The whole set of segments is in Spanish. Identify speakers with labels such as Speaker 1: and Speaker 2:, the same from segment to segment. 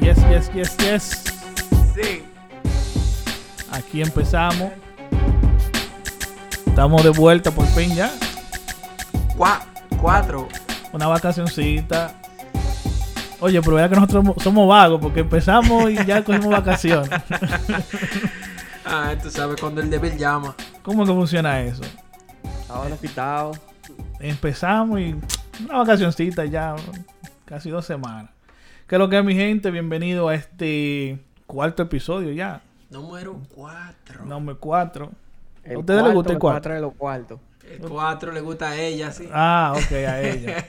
Speaker 1: Yes, yes.
Speaker 2: Sí.
Speaker 1: Aquí empezamos. Estamos de vuelta por fin ya.
Speaker 2: Cua- cuatro.
Speaker 1: Una vacacioncita. Oye, pero verdad que nosotros mo- somos vagos porque empezamos y ya cogimos vacaciones.
Speaker 2: Ah, tú sabes, cuando el débil llama.
Speaker 1: ¿Cómo que funciona eso?
Speaker 3: Estábamos quitados.
Speaker 1: Empezamos y una vacacioncita ya, casi dos semanas. ¿Qué es lo que es mi gente? Bienvenido a este cuarto episodio ya.
Speaker 2: Número cuatro.
Speaker 1: Número cuatro.
Speaker 3: El
Speaker 1: ¿A ustedes les gusta el
Speaker 3: los
Speaker 1: cuarto?
Speaker 3: cuatro de los cuartos.
Speaker 2: El cuatro le gusta a ella, sí.
Speaker 1: Ah, ok, a ella.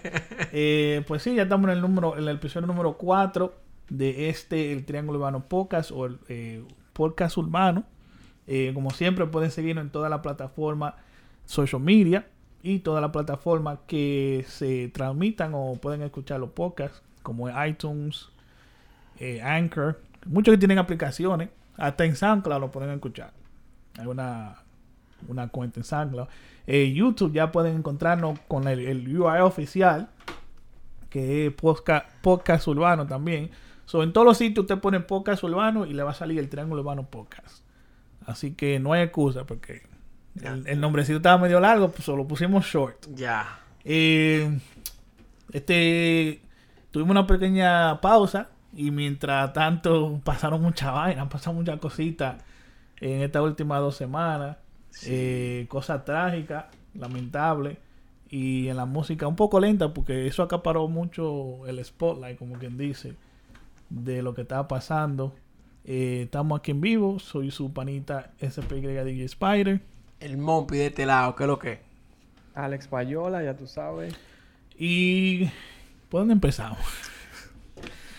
Speaker 1: Eh, pues sí, ya estamos en el número, en el episodio número 4 de este, el Triángulo Urbano Podcast o el eh, Podcast Urbano. Eh, como siempre, pueden seguirnos en toda la plataforma social media y toda la plataforma que se transmitan o pueden escuchar los podcasts, como iTunes, eh, Anchor. Muchos que tienen aplicaciones, hasta en SoundCloud lo pueden escuchar. Hay una, una cuenta en SoundCloud. Eh, YouTube ya pueden encontrarnos con el, el URL oficial, que es podcast, podcast Urbano también. So, en todos los sitios usted pone Podcast Urbano y le va a salir el Triángulo Urbano Podcast. Así que no hay excusa porque el, el nombrecito estaba medio largo, pues lo pusimos short.
Speaker 2: Ya.
Speaker 1: Eh, este, tuvimos una pequeña pausa y mientras tanto pasaron mucha vaina, han pasado muchas cositas en estas últimas dos semanas. Eh, cosas trágicas, lamentables. Y en la música un poco lenta porque eso acaparó mucho el spotlight, como quien dice, de lo que estaba pasando. Eh, estamos aquí en vivo, soy su panita SPY DJ Spider.
Speaker 2: El Mompi de este lado, ¿qué es lo que?
Speaker 3: Alex Payola, ya tú sabes.
Speaker 1: Y... ¿Por dónde empezamos?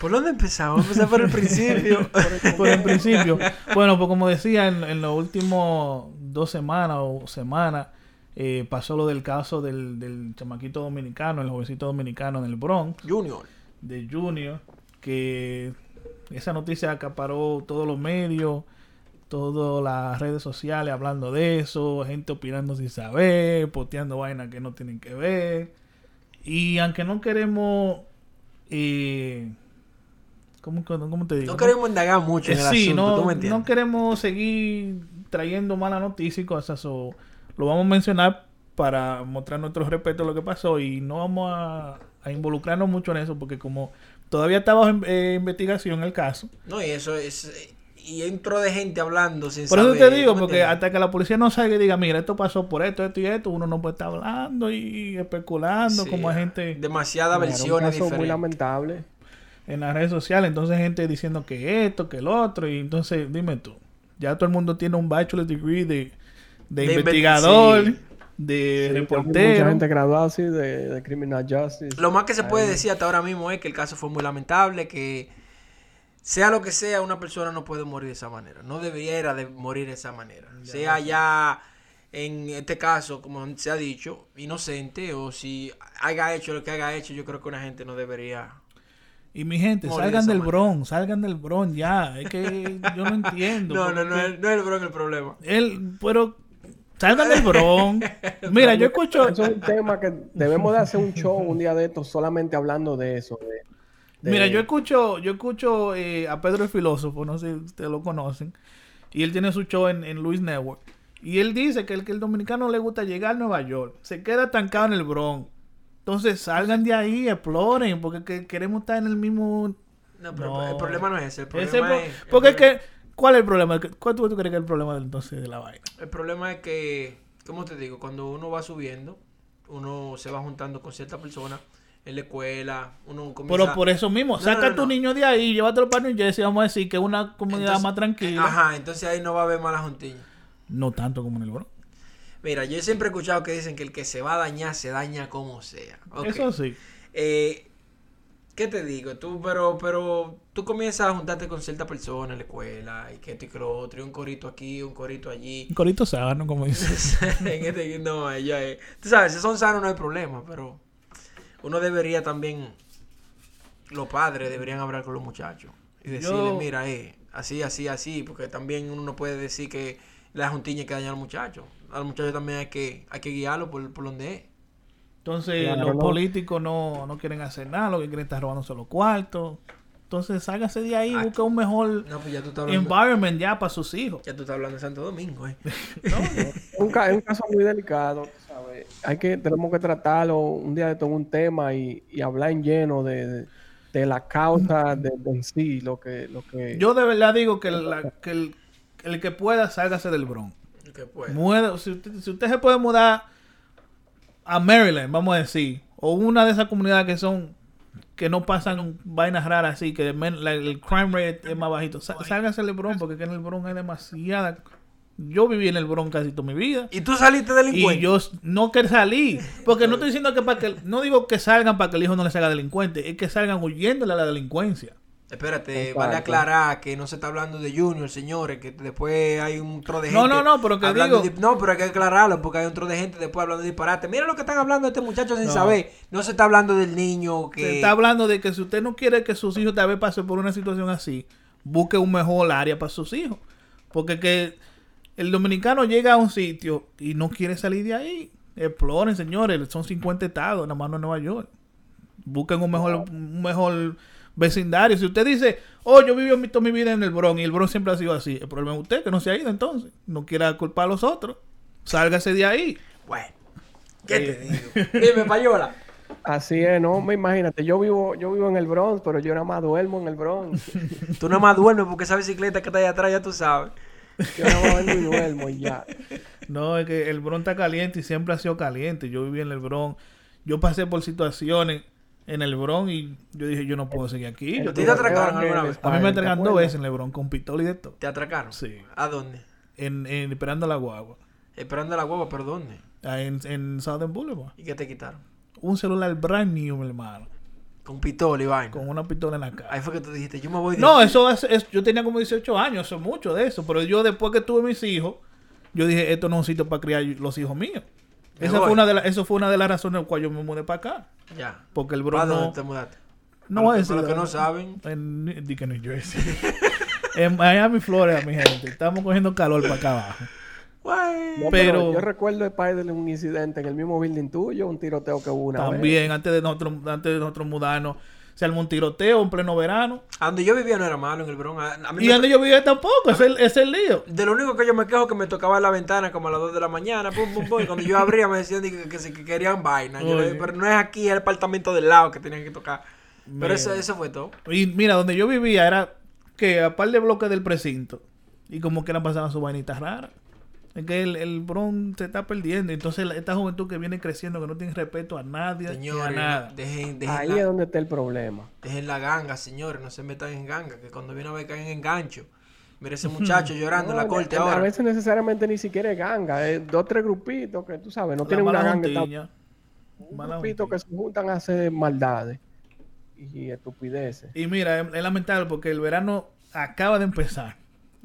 Speaker 2: ¿Por dónde empezamos? Empezar por el principio.
Speaker 1: por el principio. Bueno, pues como decía, en, en los últimos dos semanas o semanas eh, pasó lo del caso del, del chamaquito dominicano, el jovencito dominicano en el Bronx,
Speaker 2: Junior.
Speaker 1: de Junior, que esa noticia acaparó todos los medios, todas las redes sociales hablando de eso, gente opinando sin saber, posteando vainas que no tienen que ver. Y aunque no queremos... eh, ¿Cómo, cómo te digo?
Speaker 2: No queremos indagar mucho en el
Speaker 1: Eh, sí,
Speaker 2: asunto,
Speaker 1: no,
Speaker 2: ¿tú me
Speaker 1: no
Speaker 2: entiendes?
Speaker 1: queremos seguir trayendo malas noticias y cosas. o lo vamos a mencionar para mostrar nuestro respeto a lo que pasó y no vamos a, a involucrarnos mucho en eso porque como todavía está bajo in- eh, investigación el caso.
Speaker 2: No, y eso es... Y entro de gente hablando sin
Speaker 1: Por eso
Speaker 2: saber.
Speaker 1: te digo,
Speaker 2: ¿tú me
Speaker 1: porque
Speaker 2: entiendes?
Speaker 1: hasta que la policía no salga y diga, mira, esto pasó por esto, esto y esto, uno no puede estar hablando y especulando
Speaker 2: Sí,
Speaker 1: como hay gente...
Speaker 2: Demasiadas
Speaker 3: Claro, un
Speaker 2: versiones
Speaker 3: caso muy
Speaker 2: diferentes.
Speaker 3: lamentable.
Speaker 1: en las redes sociales. Entonces, gente diciendo que esto, que el otro. Y entonces, dime tú, ya todo el mundo tiene un bachelor degree de, de
Speaker 2: De
Speaker 1: investigador,
Speaker 2: inve- sí.
Speaker 1: de
Speaker 3: Sí,
Speaker 1: reportero.
Speaker 3: Mucha gente graduada así de, de Criminal Justice.
Speaker 2: Lo más que se puede decir hasta ahora mismo es que el caso fue muy lamentable, que sea lo que sea, una persona no puede morir de esa manera. No debiera de morir de esa manera. sea ya, en este caso, como se ha dicho, inocente o si haya hecho lo que haya hecho, yo creo que una gente no debería.
Speaker 1: Y mi gente,
Speaker 2: Morir de
Speaker 1: salgan
Speaker 2: esa
Speaker 1: del
Speaker 2: manera.
Speaker 1: bron, salgan del bron ya. Es que yo no entiendo.
Speaker 2: No, no,
Speaker 1: porque
Speaker 2: no, es- no es el bron el problema.
Speaker 1: Él, pero salgan del bron. Mira, yo escucho...
Speaker 3: Eso es un tema que debemos de hacer un show un día de estos solamente hablando de eso. de- de-
Speaker 1: Mira, yo escucho, yo escucho eh, a Pedro el Filósofo, no sé si ustedes lo conocen, y él tiene su show en, en Luis Network. Y él dice que el, que el dominicano le gusta llegar a Nueva York, se queda estancado en el Bronx. Entonces salgan de ahí, exploren, porque que- queremos estar en el mismo...
Speaker 2: No, pero
Speaker 1: No.
Speaker 2: el problema no es ese. El problema,
Speaker 1: Ese pro-
Speaker 2: es, el
Speaker 1: porque es
Speaker 2: problema-
Speaker 1: que... ¿Cuál es el problema? ¿Cuál tú, tú crees que es el problema del- entonces de la vaina?
Speaker 2: el problema es que, como te digo, cuando uno va subiendo, uno se va juntando con cierta persona en la escuela, uno comienza...
Speaker 1: Pero por eso mismo,
Speaker 2: No,
Speaker 1: saca
Speaker 2: no,
Speaker 1: a tu
Speaker 2: no.
Speaker 1: niño de ahí, llévatelo para New Jersey, vamos a decir que es una comunidad
Speaker 2: Entonces,
Speaker 1: más tranquila.
Speaker 2: Ajá, entonces ahí no va a haber malas juntillas.
Speaker 1: No tanto como en el Bronx.
Speaker 2: Mira, yo siempre he escuchado que dicen que el que se va a dañar, se daña como sea. Ok.
Speaker 1: Eso sí.
Speaker 2: Eh, ¿Qué te digo? Tú, pero, pero, tú comienzas a juntarte con cierta persona en la escuela, y que esto y que lo otro, y un corito aquí, un corito allí.
Speaker 1: Corito Sábano, como dice.
Speaker 2: en este, no, ella es- Tú sabes, si son sanos no hay problema, pero uno debería también, los padres deberían hablar con los muchachos y decirle,
Speaker 1: Yo-
Speaker 2: mira, eh, así, así, así, porque también uno no puede decir que la juntilla hay que dañar al muchacho. Al muchacho también hay que, hay que guiarlo por, por donde es.
Speaker 1: Entonces
Speaker 3: Claro,
Speaker 1: los
Speaker 3: no.
Speaker 1: políticos no, no quieren hacer nada, lo que quieren es estar robándose los cuartos. Entonces sácase de ahí,
Speaker 2: Aquí.
Speaker 1: busca un mejor
Speaker 2: Ah, No, pues ya tú estás hablando.
Speaker 1: environment ya para sus hijos.
Speaker 2: Ya tú estás hablando de Santo Domingo, eh.
Speaker 3: Es un, ca- es un caso muy delicado, tú ¿sabes? Hay que, tenemos que tratarlo un día de todo un tema y, y hablar en lleno de, de, de la causa de, de en sí, lo que, lo que
Speaker 1: Yo de verdad digo que, la- que el, el que pueda, sálgase del Bronx.
Speaker 2: Que pues.
Speaker 1: Muera- si, usted, si usted se puede mudar a Maryland, vamos a decir, o una de esas comunidades que son que no pasan vainas raras así, que men- la- el crime rate es más bajito, sa- sálgase del Bronx porque aquí en el Bronx hay demasiada. Yo viví en el Bronx casi toda mi vida.
Speaker 2: Y tú saliste delincuente.
Speaker 1: Y yo s- no que salí, porque no estoy diciendo que para que no digo que salgan para que el hijo no le salga delincuente, es que salgan huyéndole a la delincuencia.
Speaker 2: Espérate,
Speaker 3: Exacto.
Speaker 2: vale aclarar que no se está hablando de Junior, señores, que después hay un tro de gente.
Speaker 1: No, no, no, pero que
Speaker 2: hablando
Speaker 1: digo-
Speaker 2: de- no, pero hay que aclararlo porque hay un tro de gente después hablando de disparate. Mira lo que están hablando de este muchacho sin
Speaker 1: No.
Speaker 2: saber. No se está hablando del niño que.
Speaker 1: Se está hablando de que si usted no quiere que sus hijos tal vez pasen por una situación así, busque un mejor área para sus hijos. Porque que el dominicano llega a un sitio y no quiere salir de ahí. Exploren, señores, son 50 estados, nada más no es Nueva York. Busquen un mejor, un mejor vecindario. Si usted dice, oh, yo viví mi- toda mi vida en el Bronx y el Bronx siempre ha sido así, el problema es usted que no se ha ido entonces. No quiera culpar a los otros. Sálgase de ahí.
Speaker 2: Bueno, ¿qué
Speaker 1: Eh.
Speaker 2: te digo? Dime, payola.
Speaker 3: así es, ¿no? Me imagínate, yo vivo, yo vivo en el Bronx, pero yo nada más duermo en el Bronx.
Speaker 2: Tú nada más duermes porque esa bicicleta que está allá atrás ya tú sabes.
Speaker 3: Yo nada más vengo y duermo y ya.
Speaker 1: No, es que el Bronx está caliente y siempre ha sido caliente. Yo viví en el Bronx. Yo pasé por situaciones en el Bronx y yo dije, yo no puedo seguir aquí. Yo
Speaker 2: ¿A ti
Speaker 1: tengo-
Speaker 2: te atracaron alguna vez?
Speaker 1: a mí me atracan dos
Speaker 3: ¿Te
Speaker 1: veces en el Bronx con pistola y de todo.
Speaker 2: ¿Te atracaron?
Speaker 1: Sí.
Speaker 2: ¿A dónde?
Speaker 1: En, en- esperando la guagua.
Speaker 2: Esperando la guagua, ¿pero dónde?
Speaker 1: Ah, En, en Southern Boulevard.
Speaker 2: ¿Y qué te quitaron?
Speaker 1: Un celular brand new, mi hermano.
Speaker 2: Con pistola y vaina.
Speaker 1: Con una pistola en la cara.
Speaker 2: Ahí fue que tú dijiste, yo me voy de
Speaker 1: No, eso es, es- yo tenía como 18 años, eso es mucho de eso. Pero yo después que tuve mis hijos, yo dije, esto no es un sitio para criar los hijos míos.
Speaker 2: Me
Speaker 1: Esa
Speaker 2: voy.
Speaker 1: fue una de la- eso fue una de las razones por las cuales yo me mudé para acá.
Speaker 2: Ya.
Speaker 1: Porque el
Speaker 2: ¿Para
Speaker 1: Bronx
Speaker 2: dónde
Speaker 1: no,
Speaker 2: te mudaste?
Speaker 1: No voy a
Speaker 2: Para los- para
Speaker 1: decir
Speaker 2: los que no
Speaker 1: dónde.
Speaker 2: saben.
Speaker 1: En, di que New Jersey. en Miami, Florida, mi gente. Estamos cogiendo calor para acá abajo.
Speaker 2: Guay.
Speaker 3: No, pero,
Speaker 1: Pero-
Speaker 3: yo recuerdo de parte de un incidente en el mismo building tuyo, un tiroteo que hubo una vez.
Speaker 1: También, antes de nosotros, antes de nosotros mudarnos, se armó un tiroteo en pleno verano.
Speaker 2: A donde yo vivía no era malo en el Bronx. A, a mí
Speaker 1: Y
Speaker 2: me
Speaker 1: donde yo vivía tampoco, es el, es el lío.
Speaker 2: to- de lo único que yo me quejo es que me tocaba la ventana como a las 2 de la mañana, pum, pum, pum. Y cuando yo abría me decían de que, que, se- que querían vaina. Yo le-
Speaker 1: Oye.
Speaker 2: pero no es aquí, es el apartamento del lado que tenían que tocar. Pero
Speaker 1: Mira.
Speaker 2: eso, eso fue todo.
Speaker 1: Y mira, donde yo vivía era que a par de bloques del precinto. Y como que eran pasaban sus vainitas raras. Es que el, el Bronx se está perdiendo. Entonces, la- esta juventud que viene creciendo, que no tiene respeto a nadie, ni a
Speaker 2: Señores,
Speaker 1: nada.
Speaker 2: dejen, dejen
Speaker 3: Ahí es
Speaker 2: la,
Speaker 3: donde está el problema.
Speaker 2: dejen la ganga, señores. No se metan en ganga, que cuando viene a ver caen en gancho. Mira ese muchacho llorando en la
Speaker 3: No,
Speaker 2: corte
Speaker 3: a- A
Speaker 2: ahora.
Speaker 3: veces necesariamente ni siquiera es ganga, es dos tres grupitos que tú sabes, no
Speaker 1: La
Speaker 3: tienen una
Speaker 1: mala
Speaker 3: ganga, está-
Speaker 1: juntiña.
Speaker 3: un
Speaker 1: Mala
Speaker 3: grupito
Speaker 1: juntiña.
Speaker 3: que se juntan a hacer maldades y estupideces.
Speaker 1: Y mira, es, es lamentable porque el verano acaba de empezar.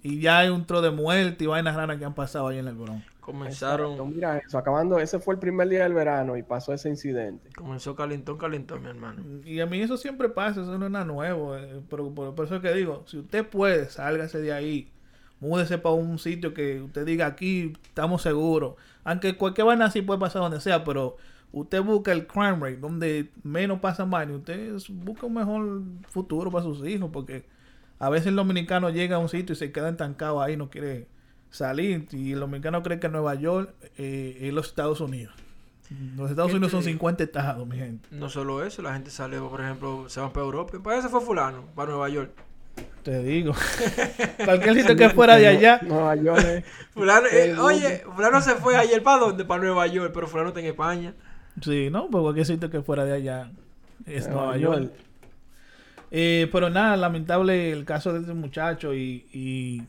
Speaker 1: Y ya hay un tro de muerte y vainas raras que han pasado ahí en el Bronx.
Speaker 3: Exacto,
Speaker 2: Comenzaron,
Speaker 3: mira eso, acabando, ese fue el primer día del verano y pasó ese incidente.
Speaker 2: comenzó calentón, calentón, mi hermano.
Speaker 1: Y a mí eso siempre pasa, eso no es nada nuevo. eh, pero, por- por eso es que digo, si usted puede, sálgase de ahí. Múdese para un sitio que usted diga aquí estamos seguros. Aunque cualquier vaina así puede pasar donde sea, pero usted busca el crime rate, donde menos pasa más, y usted busca un mejor futuro para sus hijos, porque a veces el dominicano llega a un sitio y se queda estancado ahí, no quiere salir. Y el dominicano cree que Nueva York eh, es los Estados Unidos. Los Estados
Speaker 2: ¿Qué
Speaker 1: Unidos
Speaker 2: te
Speaker 1: son
Speaker 2: digo?
Speaker 1: 50 estados, mi gente.
Speaker 2: No solo eso, la gente sale, por ejemplo, se van para Europa. Y para eso fue fulano, para Nueva York.
Speaker 1: Te digo. Cualquier sitio que fuera de allá.
Speaker 3: Nueva York es-
Speaker 2: Fulano, eh,
Speaker 3: El
Speaker 2: oye, fulano se fue ayer para dónde? Para Nueva York, pero fulano está en España.
Speaker 1: Sí, ¿no? Pues cualquier sitio que fuera de allá es Nueva
Speaker 3: Nueva
Speaker 1: York.
Speaker 3: York.
Speaker 1: Eh, pero nada, lamentable el caso de este muchacho y, y-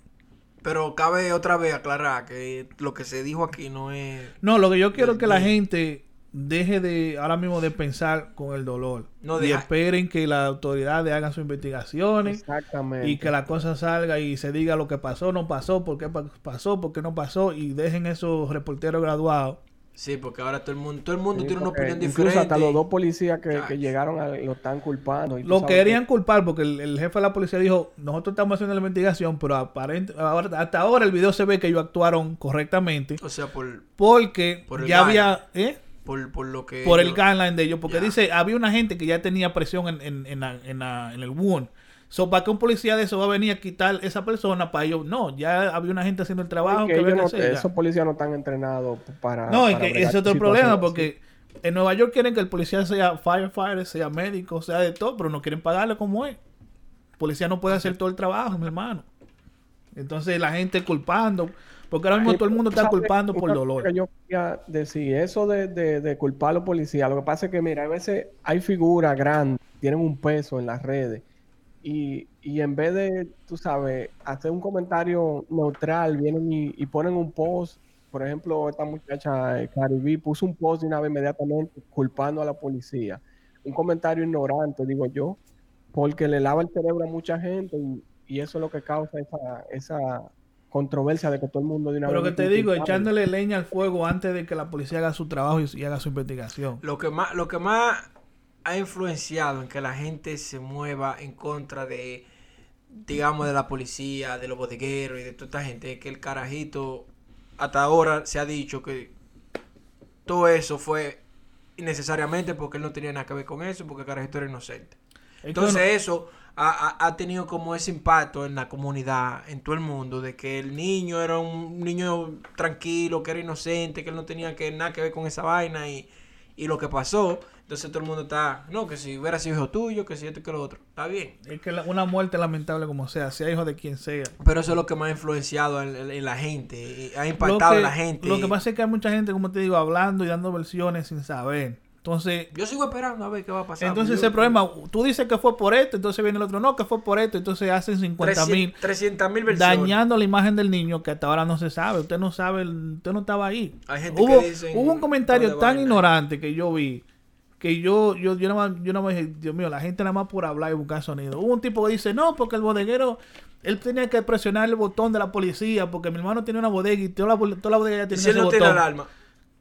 Speaker 2: Pero cabe otra vez aclarar que lo que se dijo aquí no es...
Speaker 1: No, lo que yo quiero es que la
Speaker 2: Sí.
Speaker 1: gente deje de ahora mismo de pensar con el dolor.
Speaker 2: No,
Speaker 1: y
Speaker 2: deja-
Speaker 1: esperen que las autoridades hagan sus investigaciones
Speaker 3: Exactamente.
Speaker 1: y que la cosa salga y se diga lo que pasó, no pasó, por qué pa- pasó, por qué no pasó y dejen esos reporteros graduados.
Speaker 2: Sí, porque ahora todo el mundo, todo el mundo
Speaker 3: Sí,
Speaker 2: tiene una
Speaker 3: porque
Speaker 2: opinión
Speaker 3: incluso
Speaker 2: diferente.
Speaker 3: hasta los dos policías que,
Speaker 2: Chacho.
Speaker 3: que llegaron a- lo están culpando. y tú
Speaker 1: Lo
Speaker 3: sabes
Speaker 1: querían culpar porque el, el jefe de la policía dijo, nosotros estamos haciendo la investigación, pero aparente, ahora- hasta ahora el video se ve que ellos actuaron correctamente
Speaker 2: O sea, por,
Speaker 1: porque
Speaker 2: Por el
Speaker 1: ya había, ¿eh?
Speaker 2: por, por lo que...
Speaker 1: por el
Speaker 2: ellos-
Speaker 1: guideline de ellos, porque
Speaker 2: Ya.
Speaker 1: dice, había una gente que ya tenía presión en, en, en la- en la- en el WUN So, ¿Para qué un policía de eso va a venir a quitar esa persona para ellos? No, ya había una gente haciendo el trabajo.
Speaker 3: que
Speaker 1: que
Speaker 3: ellos
Speaker 1: venga a
Speaker 3: no-
Speaker 1: hacer, ya.
Speaker 3: esos policías no están entrenados para.
Speaker 1: No, es
Speaker 3: para
Speaker 1: que ese
Speaker 3: bregar
Speaker 1: es otro
Speaker 3: situaciones
Speaker 1: problema
Speaker 3: así.
Speaker 1: porque en Nueva York quieren que el policía sea firefighter, sea médico, sea de todo, pero no quieren pagarle como es. El policía no puede hacer todo el trabajo, mi hermano. Entonces la gente culpando, porque ahora mismo
Speaker 3: Ay,
Speaker 1: todo el mundo está
Speaker 3: ¿sabes?
Speaker 1: culpando
Speaker 3: Una
Speaker 1: por
Speaker 3: cosa
Speaker 1: dolor.
Speaker 3: que yo quería decir, eso de, de, de culpar a los policías, lo que pasa es que, mira, a veces hay figuras grandes, tienen un peso en las redes, y, y en vez de, tú sabes, hacer un comentario neutral, vienen y, y ponen un post. Por ejemplo, esta muchacha, eh, Cardi B, puso un post de una vez inmediatamente culpando a la policía. Un comentario ignorante, digo yo, porque le lava el cerebro a mucha gente y, y eso es lo que causa esa, esa controversia de que todo el mundo de una
Speaker 1: Pero que
Speaker 3: vez
Speaker 1: te
Speaker 3: mete un
Speaker 1: digo,
Speaker 3: culpable.
Speaker 1: echándole leña al fuego antes de que la policía haga su trabajo y, y haga su investigación.
Speaker 2: Lo que más, lo que más ha influenciado en que la gente se mueva en contra de, digamos, de la policía, de los bodegueros y de toda esta gente, es que el carajito, hasta ahora se ha dicho que todo eso fue innecesariamente porque él no tenía nada que ver con eso, porque el carajito era inocente.
Speaker 1: Es que uno-
Speaker 2: Entonces eso ha, ha- ha tenido como ese impacto en la comunidad, en todo el mundo, de que el niño era un niño tranquilo, que era inocente, que él no tenía que, nada que ver con esa vaina y, y lo que pasó. Entonces todo el mundo está, no, que si hubiera sido hijo tuyo, que si esto y que lo otro. Está bien.
Speaker 1: es que la- una muerte lamentable como sea, sea hijo de quien sea.
Speaker 2: Pero eso es lo que más ha influenciado en, en- en la gente, y ha impactado
Speaker 1: que,
Speaker 2: en la gente.
Speaker 1: lo que pasa es que hay mucha gente, como te digo, hablando y dando versiones sin saber. Entonces,
Speaker 2: Yo sigo esperando a ver qué va a pasar.
Speaker 1: Entonces
Speaker 2: Yo-
Speaker 1: ese problema, tú dices que fue por esto, entonces viene el otro, no, que fue por esto, entonces hacen 50 mil,
Speaker 2: 300 mil versiones.
Speaker 1: dañando la imagen del niño que hasta ahora no se sabe, usted no sabe, el- usted no estaba ahí.
Speaker 2: Hay gente
Speaker 1: Hubo,
Speaker 2: que dicen,
Speaker 1: hubo un comentario
Speaker 2: "Dale,
Speaker 1: tan
Speaker 2: vaina".
Speaker 1: ignorante que yo vi, que yo, yo, yo nada más, yo nada más dije, Dios mío, la gente nada más por hablar y buscar sonido. Hubo un tipo que dice, no, porque el bodeguero, él tenía que presionar el botón de la policía, porque mi hermano tiene una bodega y toda la, bol- toda la bodega ya
Speaker 2: Y
Speaker 1: tiene
Speaker 2: si él
Speaker 1: ese
Speaker 2: no
Speaker 1: botón.
Speaker 2: tiene alarma.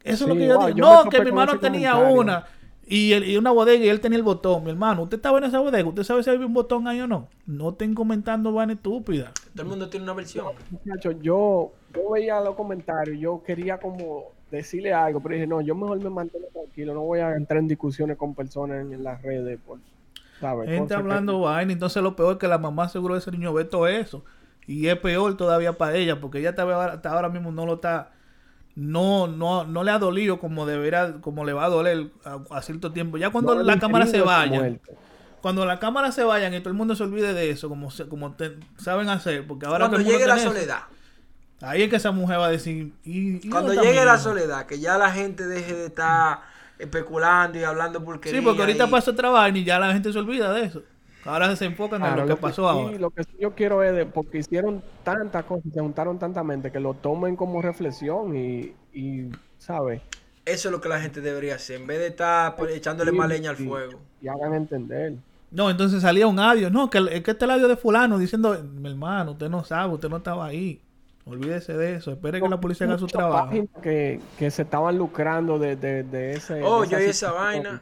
Speaker 1: Eso es
Speaker 3: Sí,
Speaker 1: lo que yo
Speaker 3: wow,
Speaker 1: digo.
Speaker 3: yo me
Speaker 1: No,
Speaker 3: topé
Speaker 1: que mi
Speaker 3: con
Speaker 1: hermano
Speaker 3: ese
Speaker 1: tenía
Speaker 3: comentario.
Speaker 1: una y, el- y una bodega y él tenía el botón. Mi hermano, usted estaba en esa bodega. ¿Usted sabe si había un botón ahí o no? No estén comentando van estúpida.
Speaker 2: Todo el mundo tiene una versión.
Speaker 3: Muchacho, yo, yo veía los comentarios, yo quería como decirle algo, pero dije, no, yo mejor me mantengo tranquilo, no voy a entrar en discusiones con personas en, en las redes, por, ¿sabes?
Speaker 1: Gente
Speaker 3: Cosas que-
Speaker 1: hablando vaina. Entonces lo peor es que la mamá seguro de ese niño ve todo eso. Y es peor todavía para ella porque ella hasta ahora- hasta ahora mismo no lo está... No, no, no le ha dolido como deberá, como le va a doler a, a cierto tiempo. Ya cuando
Speaker 3: no
Speaker 1: la
Speaker 3: le
Speaker 1: cámara se
Speaker 3: intriga esa
Speaker 1: vaya,
Speaker 3: muerte.
Speaker 1: cuando la cámara se vayan y todo el mundo se olvide de eso, como se- como te- saben hacer, porque ahora
Speaker 2: Cuando
Speaker 1: todo el mundo
Speaker 2: llegue la
Speaker 1: tiene eso.
Speaker 2: soledad.
Speaker 1: Ahí es que esa mujer va a decir. ¿y, y
Speaker 2: Cuando
Speaker 1: dónde está
Speaker 2: llegue
Speaker 1: mi
Speaker 2: la
Speaker 1: hijo?
Speaker 2: soledad, que ya la gente deje de estar especulando y hablando porquería.
Speaker 1: Sí, porque ahorita
Speaker 2: y-
Speaker 1: pasa otra vaina y ya la gente se olvida de eso. Ahora se enfocan
Speaker 3: Claro,
Speaker 1: en lo que pasó
Speaker 3: sí,
Speaker 1: ahora.
Speaker 3: Ah, Lo que sí yo quiero es, de- porque hicieron tantas cosas, se juntaron tantas mentes, que lo tomen como reflexión y, y ¿sabes?
Speaker 2: Eso es lo que la gente debería hacer, en vez de estar pues, echándole
Speaker 3: Sí,
Speaker 2: más leña al
Speaker 3: sí.
Speaker 2: fuego.
Speaker 3: Y hagan entender.
Speaker 1: No, entonces salía un adiós. No, que, el- es que este es el adiós de Fulano diciendo: Mi hermano, usted no sabe, usted no estaba ahí. Olvídese de eso. Espere que la policía haga su
Speaker 3: Muchas
Speaker 1: trabajo.
Speaker 3: páginas Que, que se estaban lucrando de, de, de ese...
Speaker 2: Oh,
Speaker 3: de
Speaker 2: yo y esa
Speaker 3: situación.
Speaker 2: vaina.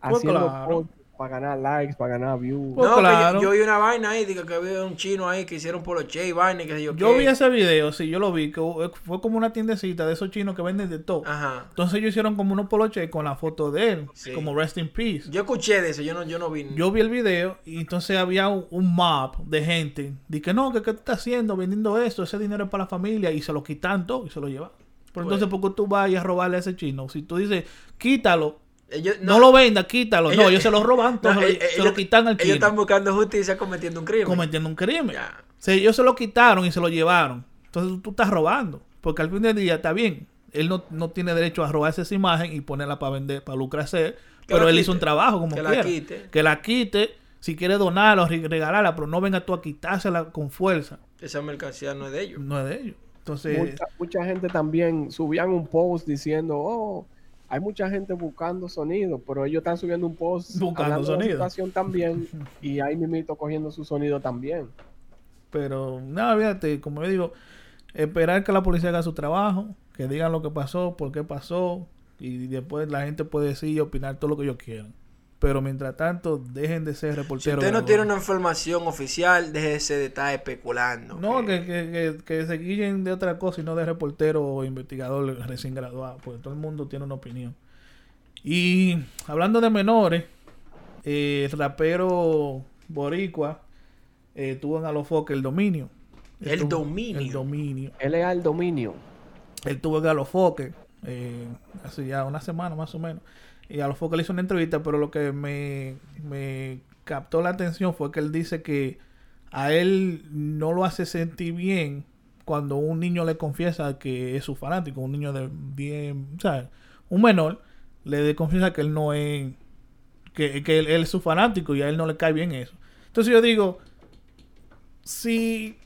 Speaker 1: Pues
Speaker 3: haciendo
Speaker 1: claro.
Speaker 3: posts para ganar likes, para ganar views.
Speaker 1: Pues
Speaker 2: no, que
Speaker 1: claro.
Speaker 2: yo, yo vi una vaina ahí, digo que había un chino ahí que hicieron poloche y vaina y que yo
Speaker 1: Yo
Speaker 2: qué.
Speaker 1: vi ese video, sí, yo lo vi, que hu- fue como una tiendecita de esos chinos que venden de todo.
Speaker 2: Ajá.
Speaker 1: Entonces ellos hicieron como unos poloches con la foto de él,
Speaker 2: Sí.
Speaker 1: como Rest in Peace.
Speaker 2: Yo escuché de eso, yo no, yo no vi.
Speaker 1: Yo vi el video y entonces había un, un mob de gente. Dije, que no, que qué tú estás haciendo vendiendo eso, ese dinero es para la familia y se lo quitan todo y se lo llevan. Pero
Speaker 2: Bueno.
Speaker 1: entonces, ¿por qué tú vas a robarle a ese chino? Si tú dices, quítalo,
Speaker 2: Ellos-
Speaker 1: no, lo vendas, quítalo. no,
Speaker 2: ellos-
Speaker 1: ellos se lo roban, todo,
Speaker 2: no,
Speaker 1: se, lo,
Speaker 2: eh, eh,
Speaker 1: se lo quitan al
Speaker 2: Ellos están
Speaker 1: chino.
Speaker 2: buscando justicia cometiendo un crimen.
Speaker 1: Cometiendo un crimen.
Speaker 2: Ya.
Speaker 1: O sea, ellos se lo quitaron y se lo llevaron. Entonces tú, tú estás robando. Porque al fin del día está bien. Él no, no tiene derecho a robarse esa imagen y ponerla para vender, para lucrarse. Pero
Speaker 2: la
Speaker 1: él
Speaker 2: quite.
Speaker 1: hizo un trabajo como
Speaker 2: Que la
Speaker 1: quiera.
Speaker 2: quite.
Speaker 1: Que la quite. Si quiere donarla o re- regalarla, pero no venga tú a quitársela con fuerza.
Speaker 2: Esa mercancía no es de ellos.
Speaker 1: No es de ellos. Entonces,
Speaker 3: Mucha, mucha gente también subían un post diciendo, oh, hay mucha gente buscando sonido, pero ellos están subiendo un post
Speaker 1: Buscando
Speaker 3: hablando de la
Speaker 1: sonido.
Speaker 3: situación también y ahí mismito cogiendo su sonido también.
Speaker 1: pero nada, fíjate, como yo digo, esperar que la policía haga su trabajo, que digan lo que pasó, por qué pasó, y después la gente puede decir y opinar todo lo que ellos quieran. Pero mientras tanto, dejen de ser reporteros.
Speaker 2: Si usted
Speaker 1: de
Speaker 2: no
Speaker 1: la
Speaker 2: tiene
Speaker 1: aduana.
Speaker 2: una información oficial, déjese de estar especulando.
Speaker 1: No,
Speaker 2: que-
Speaker 1: que, que, que- que se guillen de otra cosa y no de reportero o investigador recién graduado, porque todo el mundo tiene una opinión. Y hablando de menores, eh, el rapero Boricua eh, tuvo en Alofoque el dominio. Él
Speaker 2: El
Speaker 1: tuvo-
Speaker 2: dominio.
Speaker 1: El dominio.
Speaker 3: Él es al dominio.
Speaker 1: Él tuvo en Alofoque eh, hace ya una semana más o menos. Y Alofoque le hizo una entrevista, pero lo que me, me captó la atención fue que él dice que a él no lo hace sentir bien cuando un niño le confiesa que es su fanático, un niño de 10, o sea, un menor le de- confiesa que él no es, que, que él, él es su fanático y a él no le cae bien eso. Entonces yo digo, si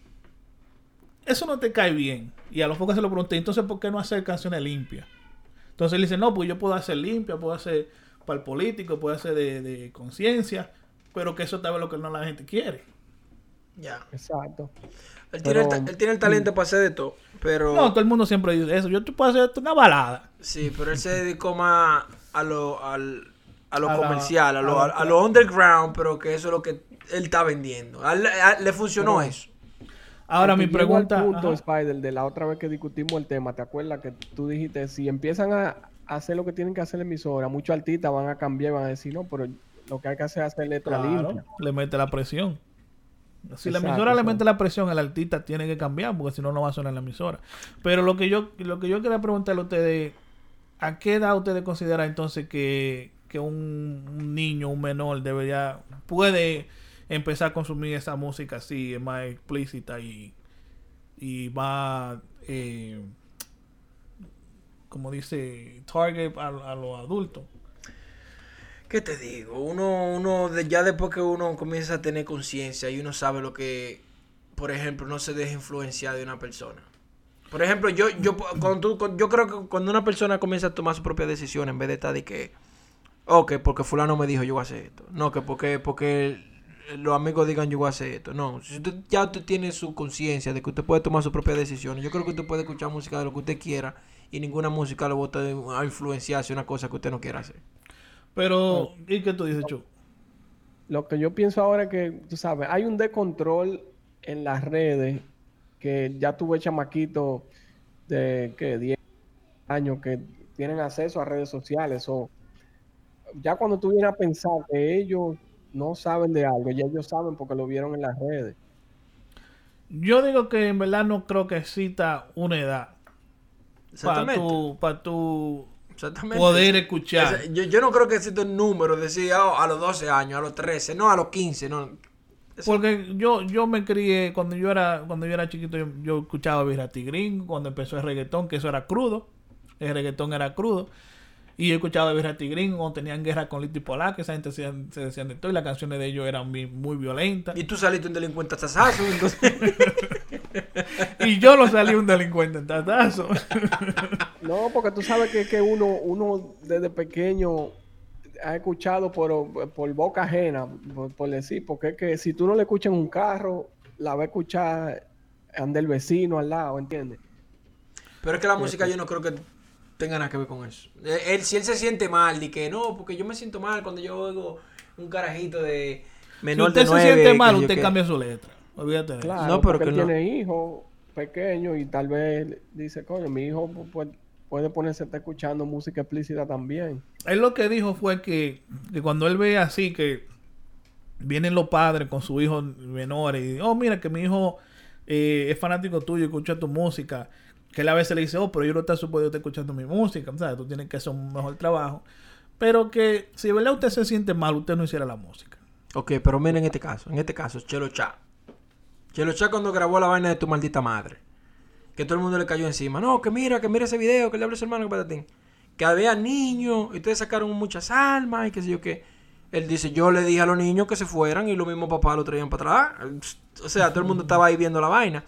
Speaker 1: eso no te cae bien, y a los focos se lo pregunté, entonces ¿por qué no hacer canciones limpias? Entonces él dice, no, pues yo puedo hacer limpia, puedo hacer para el político, puedo hacer de, de conciencia, pero que eso tal vez lo que no la gente quiere.
Speaker 2: Ya.
Speaker 3: Exacto.
Speaker 2: Él tiene, el, ta-
Speaker 3: Pero-
Speaker 2: él tiene el talento para hacer de todo, pero...
Speaker 1: mm. No, todo el mundo siempre dice eso. Yo te puedo hacer una balada.
Speaker 2: Sí, pero él se dedicó más a lo, al, a lo
Speaker 1: A la-
Speaker 2: comercial, a lo,
Speaker 1: a
Speaker 2: a,
Speaker 1: lo-
Speaker 2: a lo underground, pero que eso es lo que él está vendiendo. A él- a- le funcionó eso.
Speaker 1: Ahora
Speaker 3: Porque
Speaker 1: mi
Speaker 3: llego
Speaker 1: pregunta...
Speaker 3: al punto,
Speaker 1: ajá.
Speaker 3: Spider, de la otra vez que discutimos el tema, ¿te acuerdas que tú dijiste, si empiezan a hacer lo que tienen que hacer la emisora, muchos artistas van a cambiar, y van a decir, no, pero lo que hay que hacer es hacer letra
Speaker 1: Claro,
Speaker 3: limpia.
Speaker 1: le mete la presión. Si la
Speaker 3: Exacto,
Speaker 1: emisora le
Speaker 3: exacto.
Speaker 1: mete la presión, el artista tiene que cambiar, porque si no, no va a sonar en la emisora. Pero lo que yo, lo que yo quería preguntarle a ustedes, ¿a qué edad ustedes consideran entonces que, que un, un niño, un menor, debería, puede empezar a consumir esa música así, es más explícita y, y más, eh, como dice, target a, a los adultos?
Speaker 2: ¿Qué te digo? Uno, uno de- ya después que uno comienza a tener conciencia y uno sabe lo que, por ejemplo, no se deja influenciar de una persona. Por ejemplo, yo, yo, po- cuando tú- cu- yo creo que cuando una persona comienza a tomar su propia decisión en vez de estar de que, oh, que porque fulano me dijo yo voy a hacer esto. No, que porque, porque los amigos digan yo voy a hacer esto. No, si usted, ya usted tiene su conciencia de que usted puede tomar sus propias decisiones. Yo creo que usted puede escuchar música de lo que usted quiera y ninguna música lo va a- a influenciar hacia una cosa que usted no quiera hacer.
Speaker 1: Pero, ¿y qué tú dices, Chu?
Speaker 3: Lo que yo pienso ahora es que, tú sabes, hay un descontrol en las redes que ya tuve chamaquitos de que 10 años que tienen acceso a redes sociales. O ya cuando tú vienes a pensar que ellos no saben de algo, ya ellos saben porque lo vieron en las redes.
Speaker 1: Yo digo que en verdad no creo que exista una edad para
Speaker 2: Exactamente.
Speaker 1: tu, para tu
Speaker 2: Exactamente.
Speaker 1: poder
Speaker 2: O
Speaker 1: escuchar.
Speaker 2: sea, yo, yo no creo que exista un número, decir "Ah, a los 12 años, a los 13, no, a los 15, no.
Speaker 1: Porque yo, yo me crié, cuando yo era, cuando yo era chiquito, yo, yo escuchaba Virati Gringo, cuando empezó el reggaetón, que eso era crudo, el reggaetón era crudo, y yo escuchaba Virati Gringo, cuando tenían guerra con Lito y Polaco, esa gente se, se decían de todo, y las canciones de ellos eran bien- muy violentas.
Speaker 2: Y tú saliste un delincuente tasazo, entonces.
Speaker 1: Y yo lo salí un delincuente en tatazo.
Speaker 3: No, porque tú sabes que, que uno, uno desde pequeño ha escuchado por, por boca ajena, por, por decir, porque es que si tú no le escuchas en un carro, la va a escuchar anda el vecino al lado, ¿entiendes?
Speaker 2: Pero es que la música yo no creo que tenga nada que ver con eso. Eh, Él, si él se siente mal, di que no, porque yo me siento mal cuando yo oigo un carajito de
Speaker 1: Si
Speaker 2: menor
Speaker 1: usted
Speaker 2: de 9.
Speaker 1: se siente mal,
Speaker 2: que yo
Speaker 1: usted
Speaker 2: qué.
Speaker 1: cambia su letra. Olvídate de eso.
Speaker 3: Claro,
Speaker 2: No, pero
Speaker 3: porque
Speaker 2: que
Speaker 3: él
Speaker 2: no.
Speaker 3: tiene hijos pequeños y tal vez dice, coño, mi hijo pu- pu- puede ponerse a estar escuchando música explícita también.
Speaker 1: Él lo que dijo fue que, que cuando él ve así que vienen los padres con sus hijos menores y oh mira que mi hijo eh, es fanático tuyo, escucha tu música, que él a veces le dice, oh, pero yo no está supuesto estar escuchando mi música, ¿sabes? Tú tienes que hacer un mejor trabajo. Pero que si de verdad usted se siente mal, usted no hiciera la música.
Speaker 2: Ok, pero miren en este caso, en este caso, Chelo Chá. Chelo Chá cuando grabó la vaina de tu maldita madre. Que todo el mundo le cayó encima. No, que mira, que mira ese video, que le habla a su hermano, que patatín. Que había niños, y ustedes sacaron muchas almas, y qué sé yo qué. Él dice, yo le dije a los niños que se fueran, y los mismos papás lo traían para atrás. O sea, todo el mundo estaba ahí viendo la vaina.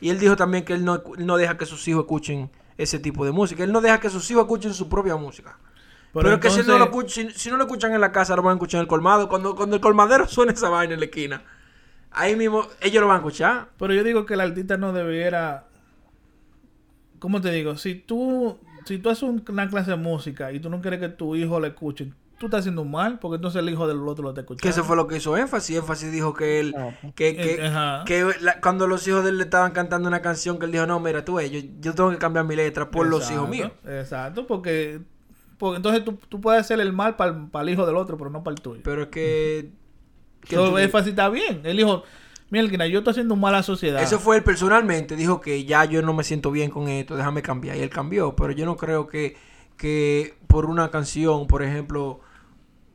Speaker 2: Y él dijo también que él no, él no deja que sus hijos escuchen ese tipo de música. Él no deja que sus hijos escuchen su propia música. Pero, es que si no, lo
Speaker 1: entonces-
Speaker 2: escuch- si, si no lo escuchan en la casa, lo van a escuchar en el colmado. Cuando, cuando el colmadero suene esa vaina en la esquina, ahí mismo ellos lo van a escuchar.
Speaker 1: Pero yo digo que el artista no debiera. ¿Cómo te digo? Si tú, si tú haces un- una clase de música y tú no quieres que tu hijo la escuche, tú estás haciendo un mal, porque entonces el hijo del otro lo está
Speaker 2: Que eso
Speaker 1: escuchando.
Speaker 2: fue lo que hizo Énfasis. Énfasis dijo que él.
Speaker 3: Ah,
Speaker 2: Que, que-
Speaker 1: Eh, ajá.
Speaker 2: que la- cuando los hijos de él le estaban cantando una canción, que él dijo: No, mira, tú, ves, yo, yo tengo que cambiar mi letra por los
Speaker 1: Exacto,
Speaker 2: hijos míos.
Speaker 1: Exacto, porque, porque entonces tú, tú puedes hacer el mal para el hijo del otro, pero no para el tuyo.
Speaker 2: Pero es que. que
Speaker 1: Pero
Speaker 2: tú-
Speaker 1: es fácil, está bien. El hijo, Mira, yo estoy haciendo mala sociedad.
Speaker 2: Eso fue él personalmente, dijo que ya yo no me siento bien con esto, déjame cambiar. Y él cambió, pero yo no creo que, que por una canción, por ejemplo,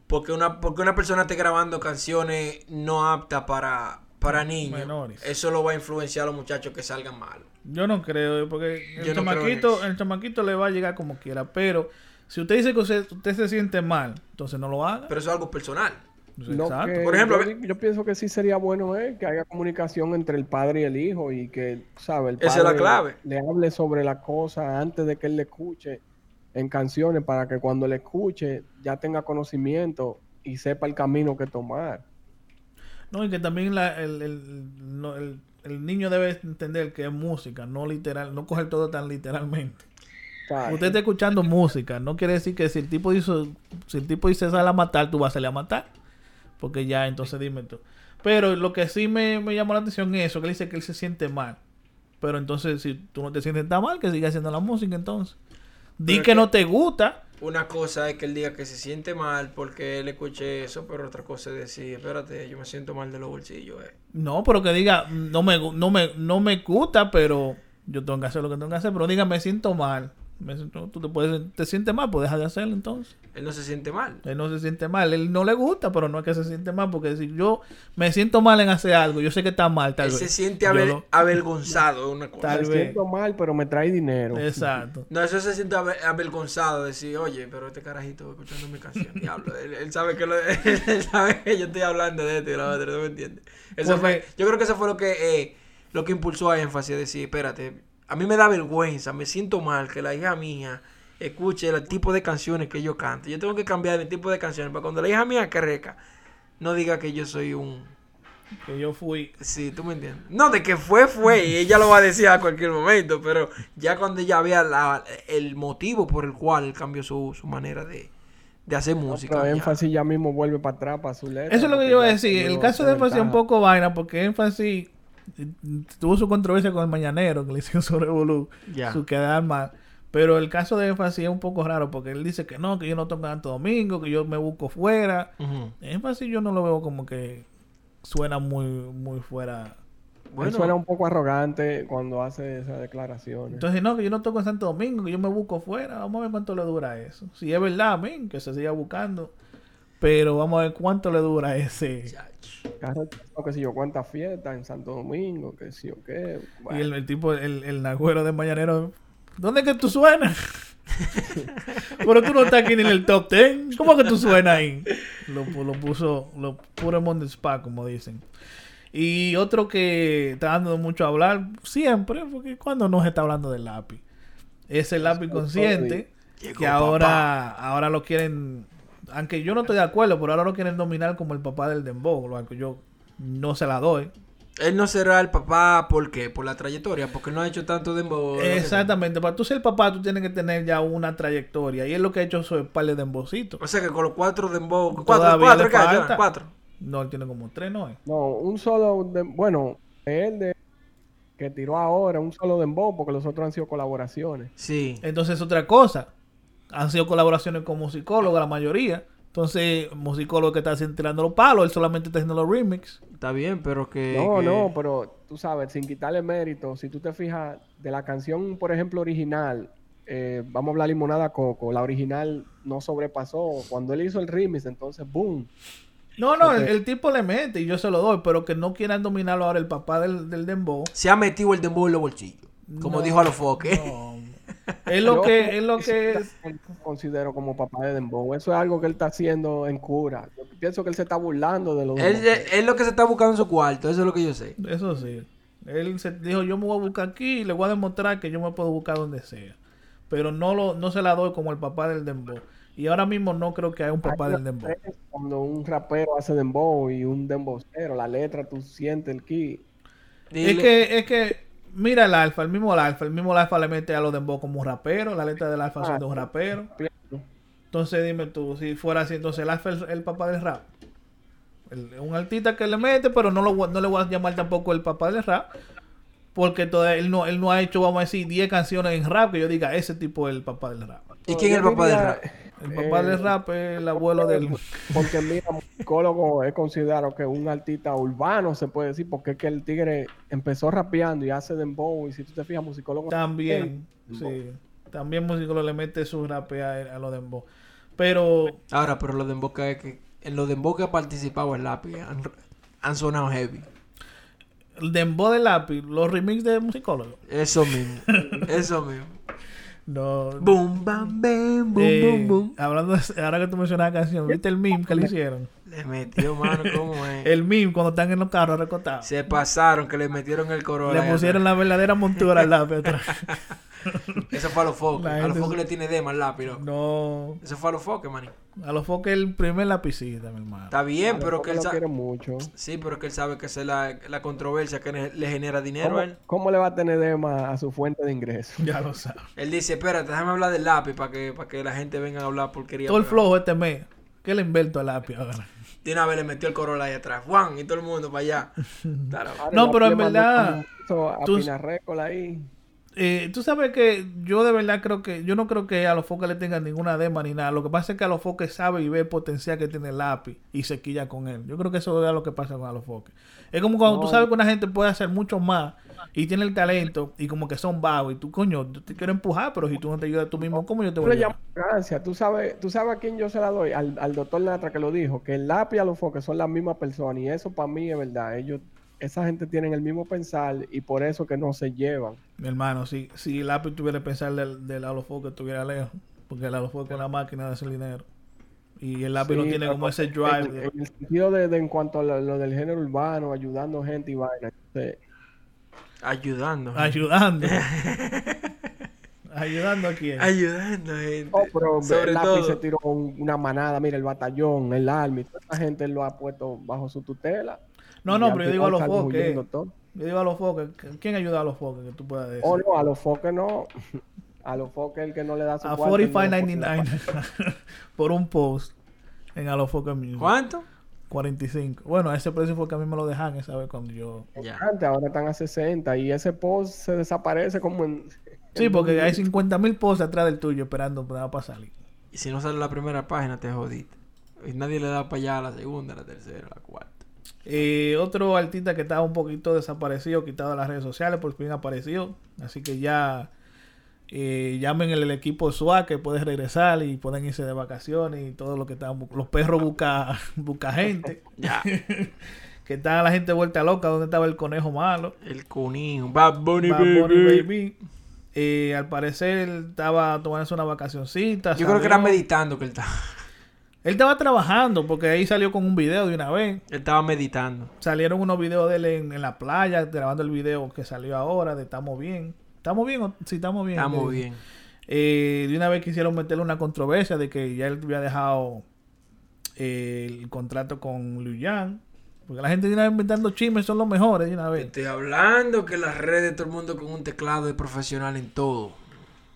Speaker 2: porque una, porque una persona esté grabando canciones no aptas para, para niños,
Speaker 1: Menores.
Speaker 2: eso lo va a influenciar a los muchachos que salgan malos.
Speaker 1: Yo no creo, eh, porque el,
Speaker 2: Yo no creo en
Speaker 1: chamaquito,
Speaker 2: eso.
Speaker 1: el chamaquito le va a llegar como quiera, pero si usted dice que usted, usted se siente mal, entonces no lo haga.
Speaker 2: Pero eso es algo personal.
Speaker 1: Pues,
Speaker 3: No,
Speaker 1: exacto.
Speaker 3: que
Speaker 2: Por ejemplo,
Speaker 3: yo, yo pienso que sí sería bueno eh, que haya comunicación entre el padre y el hijo y que, ¿sabes? El
Speaker 2: Esa es la
Speaker 3: padre
Speaker 2: clave.
Speaker 3: Le hable sobre la cosa antes de que él le escuche en canciones para que cuando le escuche ya tenga conocimiento y sepa el camino que tomar.
Speaker 1: No, y que también la- el, el- no, el- el niño debe entender que es música, no literal, no coger todo tan literalmente.
Speaker 3: ¿sabes?
Speaker 1: Usted está escuchando música, no quiere decir que si el tipo hizo, si el tipo dice sal a matar, tú vas a salir a matar. Porque ya, entonces dime tú. Pero lo que sí me, me llamó la atención es eso, que él dice que él se siente mal. Pero entonces, si tú no te sientes tan mal, que siga haciendo la música entonces. Di
Speaker 2: Pero
Speaker 1: que,
Speaker 2: es que-
Speaker 1: no te gusta.
Speaker 2: Una cosa es que él diga que se siente mal porque él escuche eso, pero otra cosa es decir, espérate, yo me siento mal de los bolsillos. eh.
Speaker 1: No, pero que diga, no me, gu- no me, no me gusta, pero yo tengo que hacer lo que tengo que hacer. Pero diga, me siento mal. Me siento- tú te, puedes, te sientes mal, pues deja de hacerlo entonces.
Speaker 2: Él no se siente mal.
Speaker 1: Él no se siente mal. Él no le gusta, pero no es que se siente mal. Porque si yo me siento mal en hacer algo, yo sé que está mal, tal
Speaker 2: él se
Speaker 1: vez.
Speaker 2: siente
Speaker 1: Yo
Speaker 2: aver-
Speaker 1: lo-
Speaker 2: avergonzado de una cosa.
Speaker 1: tal
Speaker 3: Me
Speaker 1: vez.
Speaker 3: siento mal, pero me trae dinero.
Speaker 1: Exacto.
Speaker 2: No, eso se siente aver- avergonzado, decir, oye, pero este carajito escuchando mi canción, diablo, él, él sabe que lo- él sabe que yo estoy hablando de esto y la otra, ¿no me entiendes? Eso
Speaker 1: Porque-
Speaker 2: fue, yo creo que eso fue lo que, eh, lo que impulsó a Énfasis a decir, espérate, a mí me da vergüenza, me siento mal que la hija mía escuche el tipo de canciones que yo canto. Yo tengo que cambiar el tipo de canciones para cuando la hija mía crezca, no diga que yo soy un...
Speaker 1: Que yo fui.
Speaker 2: Sí, tú me entiendes. No, de que fue, fue. Y ella lo va a decir a cualquier momento. Pero ya cuando ella vea la- el motivo por el cual él cambió su, su manera de, de hacer música.
Speaker 3: Pero
Speaker 2: ya.
Speaker 3: énfasis ya mismo vuelve para atrás, para su letra.
Speaker 1: Eso es lo que
Speaker 3: porque
Speaker 1: yo iba a
Speaker 3: ya
Speaker 1: decir.
Speaker 3: tiene
Speaker 1: El
Speaker 3: una
Speaker 1: caso de Énfasis es un
Speaker 3: ventaja.
Speaker 1: poco vaina, porque Énfasis eh, tuvo su controversia con el Mañanero, que le hicieron su revolú,
Speaker 2: Ya.
Speaker 1: su quedar mal. Pero el caso de Énfasis es un poco raro, porque él dice que no, que yo no toco Santo Domingo, que yo me busco fuera.
Speaker 2: Ujú.
Speaker 1: Énfasis yo no lo veo como que suena muy, muy fuera.
Speaker 3: Él
Speaker 2: Bueno,
Speaker 3: suena un poco arrogante cuando hace esas declaraciones.
Speaker 1: Entonces, no, que yo no toco en Santo Domingo, que yo me busco fuera. Vamos a ver cuánto le dura eso. Si es verdad, amén, que se siga buscando. Pero vamos a ver cuánto le dura ese.
Speaker 2: muchacho.
Speaker 3: Carro, no, que si yo cuántas fiestas en Santo Domingo, que si yo qué.
Speaker 1: Y
Speaker 3: Bueno,
Speaker 1: el, el tipo, el, el nagüero de Mañanero, ¿dónde es que tú suenas? Pero tú no estás aquí ni en el top 10. ¿Cómo que tú suenas ahí? Lo, pu- lo puso, lo puro mundo spa, como dicen. Y otro que está dando mucho a hablar siempre, porque cuando no se está hablando del lápiz. Es el lápiz consciente.
Speaker 2: Llegó
Speaker 1: que
Speaker 2: papá.
Speaker 1: ahora, ahora lo quieren, aunque yo no estoy de acuerdo, pero ahora lo quieren dominar como el papá del dembow, lo que yo no se la doy.
Speaker 2: Él no será el papá, ¿por qué? Por la trayectoria, porque no ha hecho tanto dembow.
Speaker 1: Exactamente, para tú ser papá tú tienes que tener ya una trayectoria y es lo que ha hecho su espalda de dembowcito.
Speaker 2: O sea que con los cuatro dembow... Cuatro,
Speaker 1: Todavía
Speaker 2: cuatro,
Speaker 1: le
Speaker 2: ¿qué?
Speaker 1: falta.
Speaker 2: cuatro.
Speaker 1: No, él tiene como tres, ¿no? es?
Speaker 3: no, un solo. de- bueno, él de, que tiró ahora, un solo dembow, porque los otros han sido colaboraciones.
Speaker 2: Sí.
Speaker 3: Eh.
Speaker 1: Entonces es otra cosa. Han sido colaboraciones con musicólogos la mayoría. Entonces, musicólogo que está haciendo- tirando los palos, él solamente está haciendo los remix.
Speaker 2: Está bien, pero que...
Speaker 3: No,
Speaker 2: que-
Speaker 3: no, pero tú sabes, sin quitarle mérito, si tú te fijas, de la canción, por ejemplo, original, eh, vamos a hablar Limonada Coco, la original no sobrepasó. Cuando él hizo el remix, entonces, boom.
Speaker 1: No, no, el,
Speaker 3: Ok.
Speaker 1: el tipo le mete y yo se lo doy, pero que no quieran dominarlo ahora el papá del, del dembow.
Speaker 2: Se ha metido el dembow en los bolsillos. Como
Speaker 1: No,
Speaker 2: dijo a los foques.
Speaker 1: No. Es lo
Speaker 3: Yo
Speaker 1: que, es lo que es.
Speaker 3: considero como papá de Dembow. Eso es algo que él está haciendo en cura. Yo pienso que él se está burlando de los
Speaker 2: Él,
Speaker 3: dembow.
Speaker 2: él- él lo que se está buscando en su cuarto, eso es lo que yo sé.
Speaker 1: Eso sí. Él se dijo, yo me voy a buscar aquí y le voy a demostrar que yo me puedo buscar donde sea. Pero no lo, no se la doy como el papá del dembow. Y ahora mismo no creo que haya un papá
Speaker 3: Hay
Speaker 1: del
Speaker 3: una
Speaker 1: dembow.
Speaker 3: diferencia Cuando un rapero hace dembow y un dembowcero, la letra tú sientes el ki.
Speaker 2: Dile-
Speaker 1: Es que, es que, mira el alfa, el mismo alfa, el mismo alfa le mete a los dembow como un rapero, la letra del alfa son de un rapero. Entonces dime tú, si fuera así, entonces el alfa es el, el papá del rap. El- un artista que le mete, pero no, lo, voy- no le voy a llamar tampoco el papá del rap. Porque todavía él no, él no ha hecho, vamos a decir, 10 canciones en rap que yo diga, ese tipo es el papá del rap.
Speaker 2: ¿Y quién es el papá del rap?
Speaker 1: El papá del rap es el abuelo del...
Speaker 3: Porque mira, musicólogo es considerado que un artista urbano, se puede decir, porque es que el tigre empezó rapeando y hace dembow, y si tú te fijas, musicólogo...
Speaker 1: También, sí. También musicólogo le mete su rapea a los dembow. Pero...
Speaker 2: Ahora, pero los dembow que, que, en los dembow que ha participado el lápiz han, han sonado heavy
Speaker 1: el dembow de lápiz, los remix de musicólogo.
Speaker 2: Eso mismo, eso mismo.
Speaker 1: No.
Speaker 2: Boom, bam, bam, boom,
Speaker 1: eh,
Speaker 2: boom, boom.
Speaker 1: Hablando de- ahora que tú mencionas la canción, ¿viste el meme que le hicieron?
Speaker 2: Le metió mano, ¿cómo es?
Speaker 1: El meme cuando están en los carros recotados.
Speaker 2: Se pasaron, que le metieron el corona.
Speaker 1: Le pusieron la verdadera montura al lápiz atrás.
Speaker 2: Eso fue a los foques.
Speaker 1: La
Speaker 2: A los
Speaker 1: gente-
Speaker 2: foques le tiene de más lápiz, loco.
Speaker 1: No.
Speaker 2: Eso fue a los foques, maní.
Speaker 1: A lo foco el primer lapicita, mi hermano.
Speaker 2: Está bien, pero que él
Speaker 3: lo
Speaker 2: sabe.
Speaker 3: quiere mucho.
Speaker 2: Sí, pero que él sabe que esa es la, la controversia que le le genera dinero
Speaker 3: ¿Cómo,
Speaker 2: a él.
Speaker 3: cómo le va a tener Dema a su fuente de ingreso?
Speaker 1: Ya lo sabes.
Speaker 2: Él dice, espérate, déjame hablar del lápiz para que, para que la gente venga a hablar porquería.
Speaker 1: Todo el
Speaker 2: Pero
Speaker 1: flojo este mes. ¿Qué le invento al lápiz ahora?
Speaker 2: De una vez le metió el corola ahí atrás. Juan, y todo el mundo para allá. Claro.
Speaker 1: No, pero en
Speaker 3: Le mandó
Speaker 1: verdad,
Speaker 3: un abrazo A
Speaker 1: tú-
Speaker 3: Pinarrecola ahí.
Speaker 1: Eh, tú sabes que yo de verdad creo que yo no creo que a los foques le tengan ninguna dema ni nada. Lo que pasa es que a los foques sabe y ve el potencial que tiene el lápiz y se quilla con él. Yo creo que eso es lo que pasa con a los foques. Es como cuando tú sabes que una gente puede hacer mucho más y tiene el talento y como que son vagos y tú, coño, yo te quiero empujar, pero si tú no te ayudas tú mismo, ¿cómo yo te
Speaker 3: Yo
Speaker 1: voy a
Speaker 3: le
Speaker 1: ayudar?
Speaker 3: llamo arrogancia. ¿Tú sabes, tú sabes a quién yo se la doy, al, al doctor Natra que lo dijo, que el lápiz y los foques son la misma persona y eso para mí es verdad. Ellos, esa gente tienen el mismo pensar y por eso que no se llevan.
Speaker 1: Mi hermano, si, si el lápiz tuviera que pensar del, del alofoque, estuviera lejos. Porque el alofoque es una máquina de hacer dinero. Y el lápiz
Speaker 3: Sí,
Speaker 1: no tiene
Speaker 3: pero
Speaker 1: como ese drive.
Speaker 3: En, en el sentido de, de en cuanto a lo, lo del género urbano, ayudando gente y vaina. Entonces,
Speaker 2: Ayudando.
Speaker 1: Ayudando. ayudando a quién.
Speaker 2: Ayudando, gente.
Speaker 3: oh, pero
Speaker 2: Sobre
Speaker 3: el lápiz
Speaker 2: todo.
Speaker 3: se tiró un- una manada, mira, el batallón, el army, toda esa gente lo ha puesto bajo su tutela.
Speaker 1: No,
Speaker 3: Y
Speaker 1: no,
Speaker 3: al
Speaker 1: pero yo
Speaker 3: final
Speaker 1: digo a los
Speaker 3: salen
Speaker 1: foques.
Speaker 3: huyendo todos.
Speaker 1: Yo digo a los foques. ¿Quién ayuda a los foques que tú puedas decir?
Speaker 3: Oh, no, a los foques no. A los foques el que no le da su
Speaker 1: a
Speaker 3: cuarto, no lo pone en la
Speaker 1: 45.99 por un post en a los foques Music.
Speaker 2: ¿Cuánto?
Speaker 1: 45. Bueno, ese precio fue que a mí me lo dejan, ¿sabes? Cuando yo.
Speaker 2: Ya.
Speaker 3: Antes, ahora están a 60 y ese post se desaparece como en...
Speaker 1: Sí, porque hay 50.000 mil posts atrás del tuyo esperando para para salir.
Speaker 2: Y si no sale la primera página, te jodiste. Y nadie le da para allá a la segunda, a la tercera, a la cuarta.
Speaker 1: Eh, otro artista que estaba un poquito desaparecido, quitado de las redes sociales, por fin apareció. Así que ya eh, llamen el, el equipo SWAT que puede regresar y pueden irse de vacaciones y todo lo que están. bu- Los perros busca, busca gente.
Speaker 2: Ya.
Speaker 1: Que está la gente vuelta loca. ¿Dónde estaba el conejo malo?
Speaker 2: El cunijo. Bad Bunny,
Speaker 1: Bad
Speaker 2: baby.
Speaker 1: Bunny Baby. Eh, al parecer estaba tomándose una vacacioncita.
Speaker 2: Yo creo que era
Speaker 1: salió.
Speaker 2: meditando que él estaba.
Speaker 1: Él estaba trabajando porque ahí salió con un video de una vez.
Speaker 2: Él estaba meditando.
Speaker 1: Salieron unos videos de él en, en la playa, grabando el video que salió ahora de Estamos Bien. ¿Estamos bien? o- Sí, estamos bien. le
Speaker 2: Estamos
Speaker 1: dije.
Speaker 2: bien.
Speaker 1: Eh, de una vez quisieron meterle una controversia de que ya él había dejado eh, el contrato con Liu Yang. Porque la gente de una vez inventando chismes son los mejores de una
Speaker 2: Te
Speaker 1: vez.
Speaker 2: estoy hablando que las redes, todo el mundo con un teclado es profesional en todo.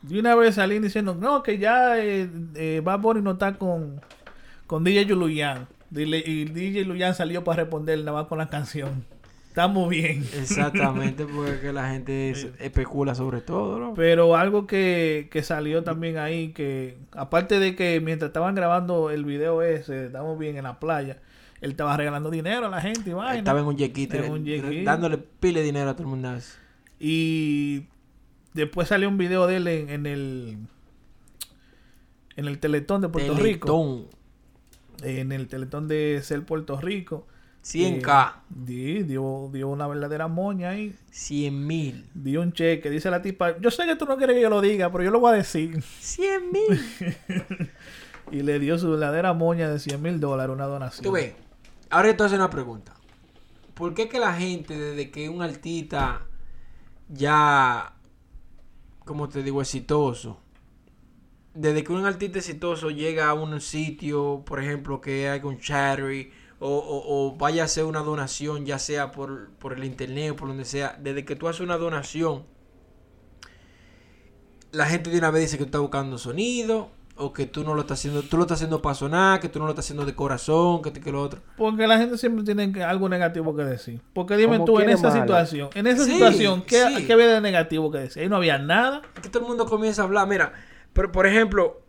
Speaker 1: De una vez salían diciendo, no, que ya eh, eh, Bad Bunny no está con, con DJ Luyan. Y DJ Luyan salió para responder nada más con la canción. Estamos bien.
Speaker 2: Exactamente, porque que la gente es- especula sobre todo, ¿no?
Speaker 1: Pero algo que, que salió también ahí, que aparte de que mientras estaban grabando el video ese, estamos bien en la playa, él estaba regalando dinero a la gente y vaina.
Speaker 2: Estaba en un yequito,
Speaker 1: En un yequito.
Speaker 2: dándole pile de dinero a todo el mundo.
Speaker 1: Y después salió un video de él en, en el en el Teletón de Puerto Rico.
Speaker 2: Teletón,
Speaker 1: En el Teletón de Ser Puerto Rico.
Speaker 2: 100K,
Speaker 1: Eh, di- dio, dio una verdadera moña ahí.
Speaker 2: 100 mil,
Speaker 1: Dio un cheque. Dice la tipa, yo sé que tú no quieres que yo lo diga, pero yo lo voy a decir.
Speaker 2: 100 mil.
Speaker 1: Y le dio su verdadera moña de 100 mil dólares, una donación.
Speaker 2: Tú ves, ahora yo te voy a hacer una pregunta. ¿Por qué que la gente, desde que un artista ya, como te digo, exitoso, desde que un artista exitoso llega a un sitio, por ejemplo, que hay un charity, o, o- o vaya a hacer una donación, ya sea por, por el internet o por donde sea, desde que tú haces una donación, la gente de una vez dice que tú estás buscando sonido, o que tú no lo estás haciendo, tú lo estás haciendo para sonar, que tú no lo estás haciendo de corazón, que esto y que lo otro.
Speaker 1: Porque la gente siempre tiene que- algo negativo que decir. Porque dime
Speaker 3: Como
Speaker 1: tú, en
Speaker 3: quiere
Speaker 1: esa
Speaker 3: malo.
Speaker 1: situación, en esa
Speaker 2: Sí,
Speaker 1: situación, ¿qué,
Speaker 2: sí.
Speaker 1: qué había de negativo que decir? Ahí no había nada.
Speaker 2: que todo el mundo comienza a hablar. Mira, Pero, por ejemplo,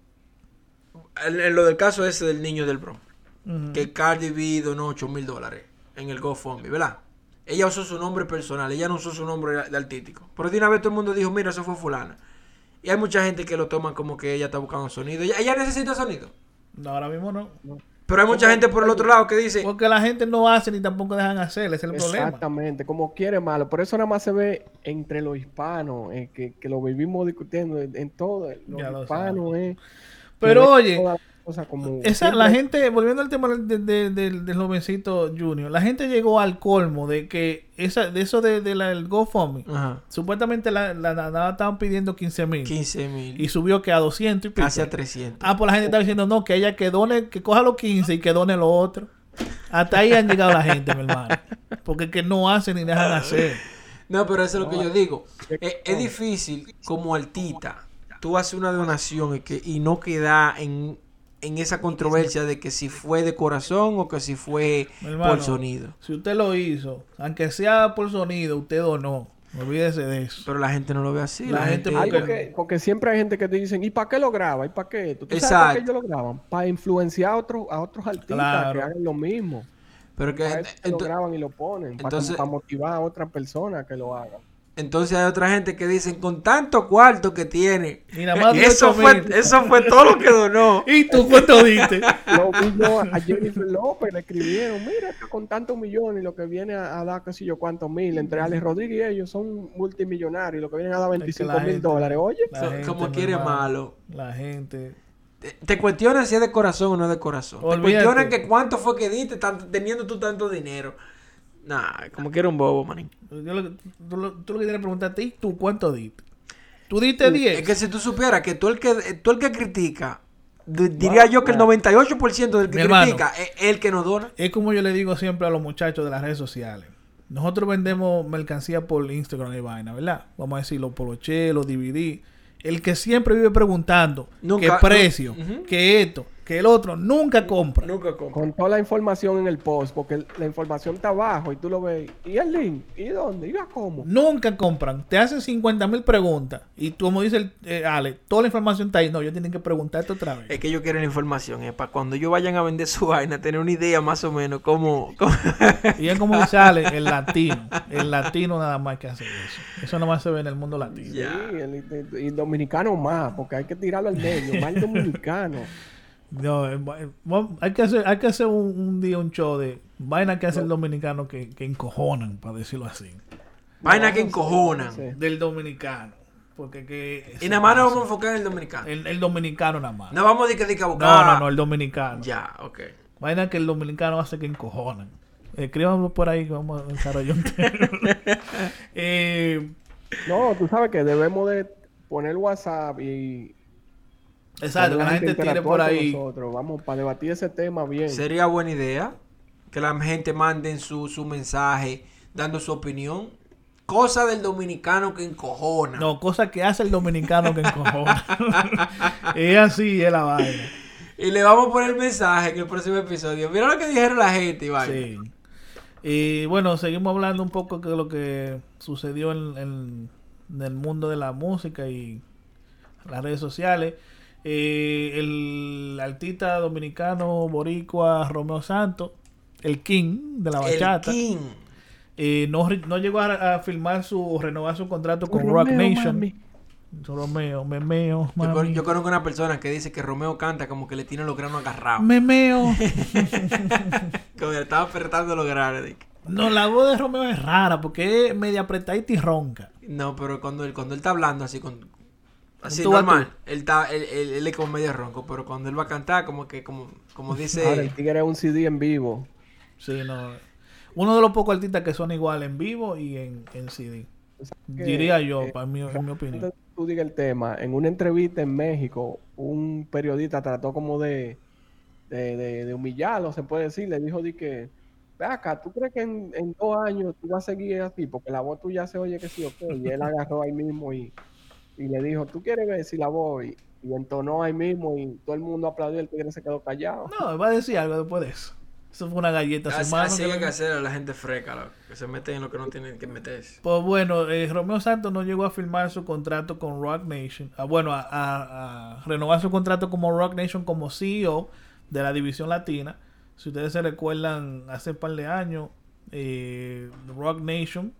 Speaker 2: en, en lo del caso ese del niño del Bronx,
Speaker 1: Ujú.
Speaker 2: que Cardi B donó 8 mil dólares en el GoFundMe, ¿verdad? Ella usó su nombre personal, ella no usó su nombre de artístico. Pero de una vez todo el mundo dijo, mira, eso fue fulana. Y hay mucha gente que lo toma como que ella está buscando sonido. Ella, ella necesita sonido.
Speaker 1: No, ahora mismo no.
Speaker 2: Pero hay mucha gente por el otro lado que dice,
Speaker 1: Porque la gente no hace ni tampoco dejan hacer, ese es el problema.
Speaker 3: Exactamente, como quiere malo. Por eso nada más se ve entre los hispanos, eh, que, que lo vivimos discutiendo en, en todo. Los
Speaker 1: Ya lo
Speaker 3: hispanos, eh,
Speaker 1: Pero
Speaker 3: que ven
Speaker 1: oye,
Speaker 3: todas las cosas como-
Speaker 1: Esa,
Speaker 3: siempre-
Speaker 1: la gente, volviendo al tema del, del, del- del jovencito Junior, la gente llegó al colmo de que esa, de eso de, de la, del GoFundMe,
Speaker 2: ajá,
Speaker 1: supuestamente la, la, la- la estaban pidiendo 15 mil
Speaker 2: 15
Speaker 1: y
Speaker 2: mil,
Speaker 1: subió que a 200 y pico.
Speaker 2: casi a 300.
Speaker 1: Ah, pues la gente está diciendo no, que ella que done, que coja los 15 y que done lo otro. Hasta ahí han llegado la gente, mi hermano. Porque es que no hacen ni dejan hacer.
Speaker 2: No, pero eso es lo que yo digo. Eh,
Speaker 3: Qué
Speaker 2: Es, es difícil como altita. Tú haces una donación y, que, y no queda en, en esa controversia de que si fue de corazón o que si fue
Speaker 1: Mi hermano,
Speaker 2: por sonido.
Speaker 1: Si usted lo hizo, aunque sea por sonido, usted donó. Olvídese de eso.
Speaker 2: Pero la gente no lo ve así.
Speaker 1: La
Speaker 2: La,
Speaker 1: gente
Speaker 2: gente...
Speaker 3: Ay,
Speaker 1: porque-
Speaker 3: porque, porque siempre hay gente que te dicen, ¿y para qué lo graba? ¿Y para qué? esto?" ¿Tú sabes para qué
Speaker 2: Exacto.
Speaker 3: ellos lo graban? Para influenciar a, otros a otros artistas
Speaker 1: Claro.
Speaker 3: que hagan lo mismo.
Speaker 2: Pero que,
Speaker 3: Para eso que lo
Speaker 2: ento-
Speaker 3: graban y lo ponen. Para,
Speaker 2: entonces-
Speaker 3: para motivar a otras personas que lo hagan.
Speaker 2: entonces hay otra gente que dicen con tanto cuarto que tiene.
Speaker 1: Mira, más de
Speaker 2: eso,
Speaker 1: 8
Speaker 2: fue,
Speaker 1: mil.
Speaker 2: eso fue todo lo que donó.
Speaker 1: Y tú cuánto diste.
Speaker 3: Lo vi yo a Jennifer López, le escribieron, mira, está con tantos millones y lo que viene a, a dar, qué sé yo, cuántos mil. Entre Alex Rodríguez y ellos son multimillonarios y lo que vienen a dar 25 mil
Speaker 1: gente-
Speaker 3: dólares. Oye,
Speaker 1: La
Speaker 2: So-
Speaker 1: gente,
Speaker 2: como
Speaker 1: mi
Speaker 2: quiere
Speaker 1: hermano.
Speaker 2: malo.
Speaker 1: La gente.
Speaker 2: Te, te cuestionan si es de corazón o no es de corazón.
Speaker 1: Olvídate.
Speaker 2: Te cuestionan que cuánto fue que diste tan- teniendo tú tanto dinero. Nah, como que era un bobo, manín.
Speaker 1: Yo lo, que- tú, lo, tú lo que tienes que preguntarte, ¿y tú cuánto diste? ¿Tú diste 10?
Speaker 2: Es que si tú supieras que tú el que, eh, tú el que critica, di- diría yo que el 98% del que
Speaker 1: Mi hermano.
Speaker 2: critica es el que nos dona.
Speaker 1: Es como yo le digo siempre a los muchachos de las redes sociales. Nosotros vendemos mercancía por Instagram y vaina, ¿verdad? Vamos a decirlo, por los che, los DVD. El que siempre vive preguntando
Speaker 2: Nunca-
Speaker 1: qué precio,
Speaker 2: Ujú.
Speaker 1: qué esto, qué el otro, nunca compra.
Speaker 2: Nunca compra.
Speaker 3: con toda la información en el post, porque la información está abajo y tú lo ves. ¿Y el link? ¿Y dónde? ¿Y a cómo?
Speaker 1: Nunca compran. Te hacen 50 mil preguntas. Y tú, como dice el, eh, Ale, toda la información está ahí. No, yo tienen que preguntarte otra vez.
Speaker 2: Es que ellos quieren la información, es para cuando ellos vayan a vender su vaina, tener una idea más o menos cómo... cómo-
Speaker 1: Y es como dice Ale, el latino. El latino nada más que hace eso. Eso nada más se ve en el mundo latino.
Speaker 2: Ya.
Speaker 3: Sí, el- y dominicano más, porque hay que tirarlo al medio, más el dominicano.
Speaker 1: No, eh, va- eh, vamos- hay que hacer, hay que hacer un, un día un show de vaina que hace el dominicano que, que encojonan, para decirlo así.
Speaker 2: vaina que
Speaker 3: No, no sé,
Speaker 2: encojonan.
Speaker 3: no sé.
Speaker 1: Del dominicano. Porque que.
Speaker 2: Y nada más nos vamos a enfocar en el dominicano.
Speaker 1: El, el dominicano nada más. No,
Speaker 2: No vamos a decir que a
Speaker 1: no,
Speaker 2: buscar...
Speaker 1: no, el dominicano.
Speaker 2: Ya, ok.
Speaker 1: Vaina que el dominicano hace que encojonan. Escríbanlo por ahí que vamos a desarrollar un tema. Eh,
Speaker 3: No, tú sabes que debemos de poner WhatsApp y...
Speaker 1: exacto, que la gente tire
Speaker 3: interactúa
Speaker 1: por
Speaker 3: con
Speaker 1: ahí.
Speaker 3: Nosotros. Vamos, para debatir ese tema bien.
Speaker 2: Sería buena idea que la gente manden su, su mensaje, dando su opinión. Cosa del dominicano que encojona.
Speaker 1: No, cosa que hace el dominicano que encojona. es así, es la vaina.
Speaker 2: Y le vamos a poner mensaje en el próximo episodio. Mira lo que dijeron la gente, Iván.
Speaker 1: Sí. Y bueno, seguimos hablando un poco de lo que sucedió en, en- en el mundo de la música y las redes sociales. Eh, el artista dominicano boricua Romeo Santos, el King de la
Speaker 2: el
Speaker 1: bachata,
Speaker 2: King.
Speaker 1: eh, no, re- no llegó a, a firmar su o renovar su contrato con
Speaker 3: Romeo,
Speaker 1: Rock Nation.
Speaker 3: mami.
Speaker 1: Romeo, memeo,
Speaker 2: Yo,
Speaker 1: mami.
Speaker 2: con- yo conozco una persona que dice que Romeo canta como que le tiene los granos agarrados.
Speaker 1: Memeo.
Speaker 2: Que le estaba apretando los granos. Dick.
Speaker 1: No, la voz de Romeo es rara porque es media apretadita y ronca.
Speaker 2: No, pero cuando él, cuando él está hablando así con... Así
Speaker 1: Tú vas
Speaker 2: normal. Él, está, él, él- él es como medio ronco, pero cuando él va a cantar, como que, como, como
Speaker 3: Ahora, el
Speaker 2: dice...
Speaker 3: tigre es un CD en vivo.
Speaker 1: Sí, no. Uno de los pocos artistas que son igual en vivo y en, en CD.
Speaker 3: O sea, que,
Speaker 1: Diría yo,
Speaker 3: eh,
Speaker 1: para mí, en mi opinión.
Speaker 3: Antes de que tú digas el tema, en una entrevista en México, un periodista trató como de, de, de- de humillarlo, se puede decir. Le dijo de que, "Ve acá, ¿tú crees que en, en dos años tú vas a seguir así? Porque la voz tuya se oye que sí o qué". Y él agarró ahí mismo y, y le dijo, ¿tú quieres ver si la voz? Y, y entonó ahí mismo y todo el mundo aplaudió, el tigre se quedó callado.
Speaker 1: No, va a decir algo después de eso. Eso fue una galleta.
Speaker 2: Así,
Speaker 1: su mano
Speaker 2: así
Speaker 1: que
Speaker 2: hay
Speaker 1: le-
Speaker 2: que hacer a la gente freca, loco, que se meten en lo que no tienen que meterse.
Speaker 1: Pues bueno, eh, Romeo Santos no llegó a firmar su contrato con Rock Nation. Ah, bueno, a, a- a renovar su contrato como Rock Nation como CEO de la división latina. Si ustedes se recuerdan, hace un par de años, eh, Rock Nation,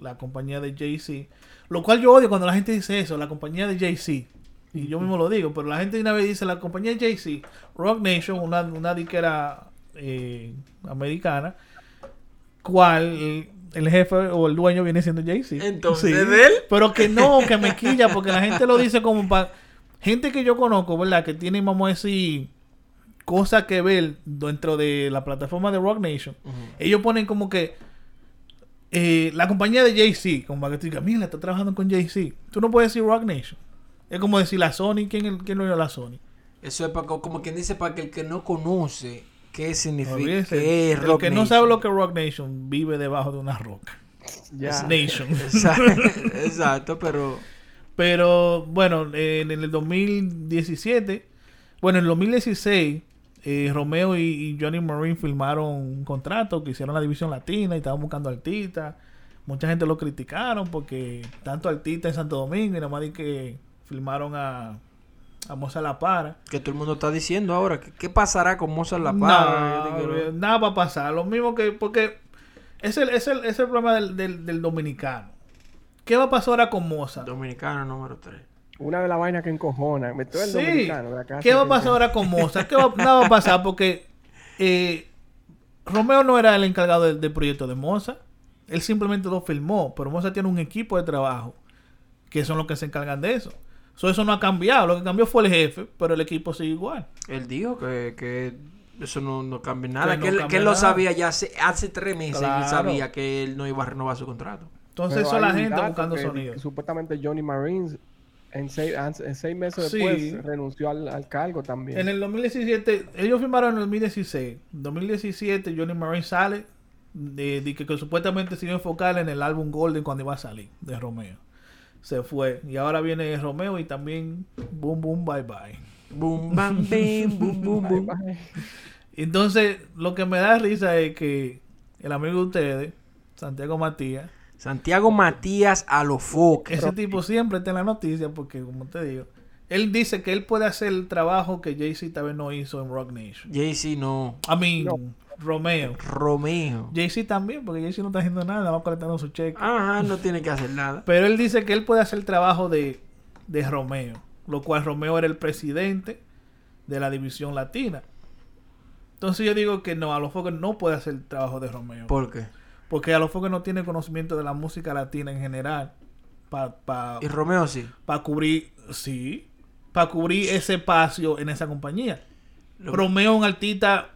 Speaker 1: la compañía de Jay-Z, lo cual yo odio cuando la gente dice eso, la compañía de Jay-Z. Y yo mismo lo digo, pero la gente de una vez dice la compañía de Jay-Z, Rock Nation, una, una diquera eh, americana, cual el jefe o el dueño viene siendo Jay-Z.
Speaker 2: Entonces, ¿de él?
Speaker 1: Pero que no, que me quilla, porque la gente lo dice como para. Gente que yo conozco, ¿verdad? Que tiene, vamos a decir, cosas que ver dentro de la plataforma de Rock Nation. Ellos ponen como que. eh, la compañía de Jay-Z, como para que tú digas, mira, está trabajando con Jay-Z. Tú no puedes decir Rock Nation. Es como decir la Sony, ¿quién, quién lo dio la Sony?
Speaker 2: Eso es para, co- como quien dice, para que el que no conoce qué significa
Speaker 1: Olvídese.
Speaker 2: qué es
Speaker 1: Lo
Speaker 2: Rock
Speaker 1: que no sabe lo
Speaker 2: Nation.
Speaker 1: que es Rock Nation vive debajo de una roca.
Speaker 3: Ya.
Speaker 1: Es Nation.
Speaker 2: Exacto, exacto, pero
Speaker 1: Pero bueno, eh, en el 2017, bueno, en el 2016, eh, Romeo y, y Johnny Marine firmaron un contrato que hicieron la división latina y estaban buscando artistas. Mucha gente lo criticaron porque tanto artistas en Santo Domingo y nada más de que firmaron a, a Moza La Para.
Speaker 2: que todo el mundo está diciendo ahora, que- ¿qué pasará con Mozart La Parra? Yo digo,
Speaker 1: No, nada va a pasar. Lo mismo que. Porque es el, es el, es el problema del, del- del dominicano. ¿Qué va a pasar ahora con Moza?
Speaker 2: Dominicano número 3.
Speaker 3: Una de las vainas que encojona. Me estoy el
Speaker 1: Sí.
Speaker 3: dominicano. de la casa
Speaker 1: ¿Qué va a
Speaker 3: que-
Speaker 1: pasar ahora con Mozart? ¿Qué va, nada va a pasar? Porque eh, Romeo no era el encargado del, del proyecto de Mozart. Él simplemente lo filmó. Pero Mozart tiene un equipo de trabajo que son los que se encargan de eso. So, eso no ha cambiado. Lo que cambió fue el jefe, pero el equipo sigue igual.
Speaker 2: Él dijo que, que eso no, no cambia nada,
Speaker 1: Que no
Speaker 2: que, él,
Speaker 1: cambia
Speaker 2: que él lo
Speaker 1: nada.
Speaker 2: sabía ya hace, hace tres meses,
Speaker 1: Claro.
Speaker 2: él sabía que él no iba a renovar su contrato.
Speaker 1: Entonces,
Speaker 3: Pero
Speaker 1: eso la
Speaker 3: hay un
Speaker 1: gente
Speaker 3: dato
Speaker 1: buscando
Speaker 3: que-
Speaker 1: sonido.
Speaker 3: que Supuestamente Johnny Marines en seis, an- en seis meses
Speaker 1: Sí.
Speaker 3: después renunció al, al cargo también.
Speaker 1: En el 2017, ellos firmaron en el 2016. 2017, Johnny Marin sale de, de que, que supuestamente se iba a enfocar en el álbum Golden cuando iba a salir de Romeo. Se fue. Y ahora viene Romeo y también Boom Boom Bye Bye.
Speaker 2: Boom, bam, bim, boom, boom, boom.
Speaker 1: Entonces, lo que me da risa es que el amigo de ustedes, Santiago Matías,
Speaker 2: Santiago Matías a lo foque.
Speaker 1: ese tipo siempre está en la noticia porque, como te digo, él dice que él puede hacer el trabajo que Jay-Z tal vez no hizo en Rock Nation.
Speaker 2: Jay-Z no.
Speaker 1: I mean,
Speaker 3: No.
Speaker 1: Romeo.
Speaker 2: Romeo.
Speaker 1: Jay-Z también, porque Jay-Z no está haciendo nada, va colectando su cheque.
Speaker 2: Ajá, no tiene que hacer nada.
Speaker 1: Pero él dice que él puede hacer el trabajo de, de Romeo, lo cual Romeo era el presidente de la división latina. Entonces yo digo que no, a los focos no puede hacer el trabajo de Romeo.
Speaker 2: ¿Por qué?
Speaker 1: Porque a los focos no tiene conocimiento de la música latina en general para
Speaker 2: Y Romeo sí.
Speaker 1: cubrir, sí, para cubrir ese espacio en esa compañía.
Speaker 2: Lo-
Speaker 1: Romeo es un artista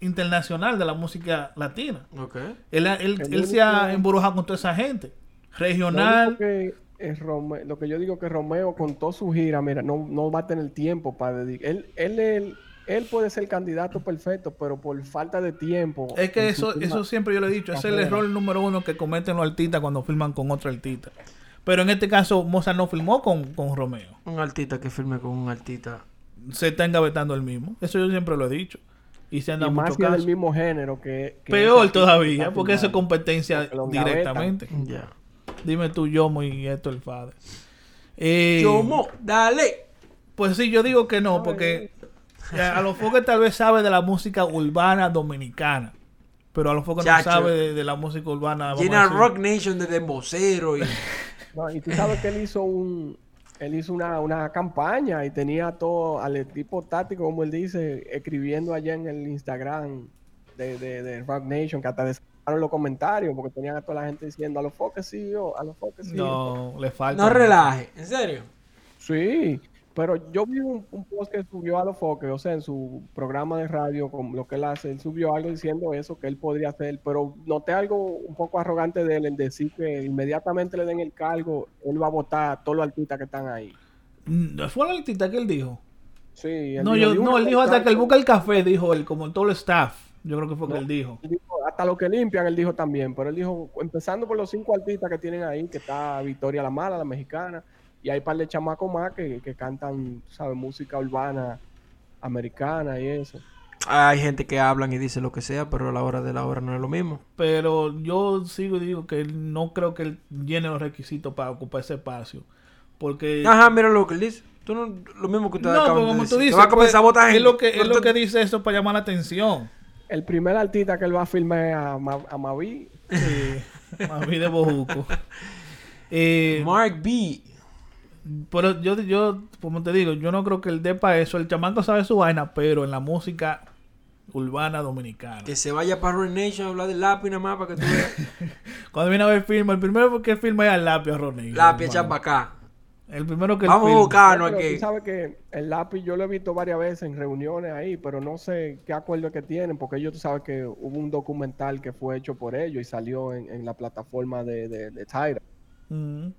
Speaker 1: internacional de la música latina.
Speaker 2: Ok.
Speaker 1: Él, él-
Speaker 3: El
Speaker 1: él se ha
Speaker 3: único-
Speaker 1: embrujado con toda esa gente.
Speaker 3: Lo
Speaker 1: Regional.
Speaker 3: único que es Rome- lo que yo digo que Romeo con toda su gira, mira, no, no va a tener tiempo para dedicar. Él, él, él, él puede ser el candidato perfecto, pero por falta de tiempo.
Speaker 1: Es que
Speaker 3: en su
Speaker 1: eso,
Speaker 3: última-
Speaker 1: eso siempre yo lo he dicho. Ese es el
Speaker 3: carrera.
Speaker 1: error número uno que cometen los artistas cuando filman con otro artista. Pero en este caso, Mozart no filmó con, con Romeo.
Speaker 2: Un artista que firme con un artista.
Speaker 1: Se está engavetando el mismo. Eso yo siempre lo he dicho. Y se han
Speaker 3: y
Speaker 1: dado
Speaker 3: más
Speaker 1: muchos
Speaker 3: que del
Speaker 1: casos.
Speaker 3: mismo género que. que
Speaker 1: Peor
Speaker 3: ese tipo que
Speaker 1: todavía,
Speaker 3: está
Speaker 1: porque eso es
Speaker 3: firmado.
Speaker 1: competencia
Speaker 3: Porque lo
Speaker 1: directamente.
Speaker 2: Ya.
Speaker 1: Dime tú, Yomo y esto el padre. Eh,
Speaker 2: Yomo, dale.
Speaker 1: Pues sí, yo digo que no, porque a a los focos tal vez sabe de la música urbana dominicana, pero a los focos no
Speaker 2: Chacho.
Speaker 1: sabe de, de la música urbana. vamos a
Speaker 2: Llena
Speaker 1: decir.
Speaker 2: Rock Nation de dembocero y.
Speaker 3: No, y tú sabes que él hizo un él hizo una, una campaña y tenía todo al tipo táctico, como él dice, escribiendo allá en el Instagram de, de, de Rock Nation, que hasta descargaron los comentarios, porque tenían a toda la gente diciendo a los foques sí, yo, a los foques sí. yo".
Speaker 1: No, le falta.
Speaker 2: No relaje. ¿En serio?
Speaker 3: Sí, pero yo vi un, un post que subió a los foques, o sea, en su programa de radio, con lo que él hace, él subió algo diciendo eso que él podría hacer, pero noté algo un poco arrogante de él, en decir que inmediatamente le den el cargo, él va a votar a todos los artistas que están ahí.
Speaker 1: Mm, Fue la artista que él dijo.
Speaker 3: Sí, él
Speaker 1: no,
Speaker 3: dijo,
Speaker 1: yo,
Speaker 3: "Di una
Speaker 1: no, él dijo hasta
Speaker 3: ventaja".
Speaker 1: que él busca el café, dijo él, como todo el staff. Yo creo que fue que
Speaker 3: No.
Speaker 1: él dijo.
Speaker 3: Él dijo, hasta lo que limpian, él dijo también, pero él dijo, empezando por los cinco artistas que tienen ahí, que está Victoria la Mala, la mexicana, y hay un par de chamacos más que, que cantan, tú ¿sabes? Música urbana americana y eso.
Speaker 2: Hay gente que hablan y dice lo que sea, pero a la hora de la hora no es lo mismo.
Speaker 1: Pero yo sigo y digo que él- no creo que él llene los requisitos para ocupar ese espacio. Porque.
Speaker 2: Ajá, mira lo que él dice. Ah, Tú no, lo mismo que ustedes
Speaker 1: no,
Speaker 2: acaban
Speaker 1: porque
Speaker 2: de
Speaker 1: como
Speaker 2: decir.
Speaker 1: tú
Speaker 2: Te
Speaker 1: dices,
Speaker 2: va a comenzar a
Speaker 1: pues,
Speaker 2: votar
Speaker 1: es
Speaker 2: gente.
Speaker 1: lo que es
Speaker 2: Pero
Speaker 1: lo
Speaker 2: tú-
Speaker 1: que dice eso para llamar la atención.
Speaker 3: El primer artista que él va a filmar es a, Ma- a Mavi.
Speaker 1: Sí, Mami de Bojuco. Eh,
Speaker 2: Mark B.
Speaker 1: pero yo, yo, como te digo, yo no creo que él dé para eso. El chamaco sabe su vaina, pero en la música urbana dominicana.
Speaker 2: Que se vaya para Red Nation a hablar de lápiz nada más para que tú veas.
Speaker 1: Cuando viene a ver firma, el primero que firma es al lápiz, Ronnie.
Speaker 2: lápiz echa para acá.
Speaker 1: El primero que él
Speaker 2: Vamos a
Speaker 1: firma.
Speaker 2: buscarnos
Speaker 3: Pero
Speaker 2: aquí.
Speaker 3: tú sabes que el lápiz yo lo he visto varias veces en reuniones ahí, pero no sé qué acuerdo que tienen, porque ellos tú sabes que hubo un documental que fue hecho por ellos y salió en, en la plataforma de, de, de Tyra.
Speaker 1: Mm.
Speaker 3: Pero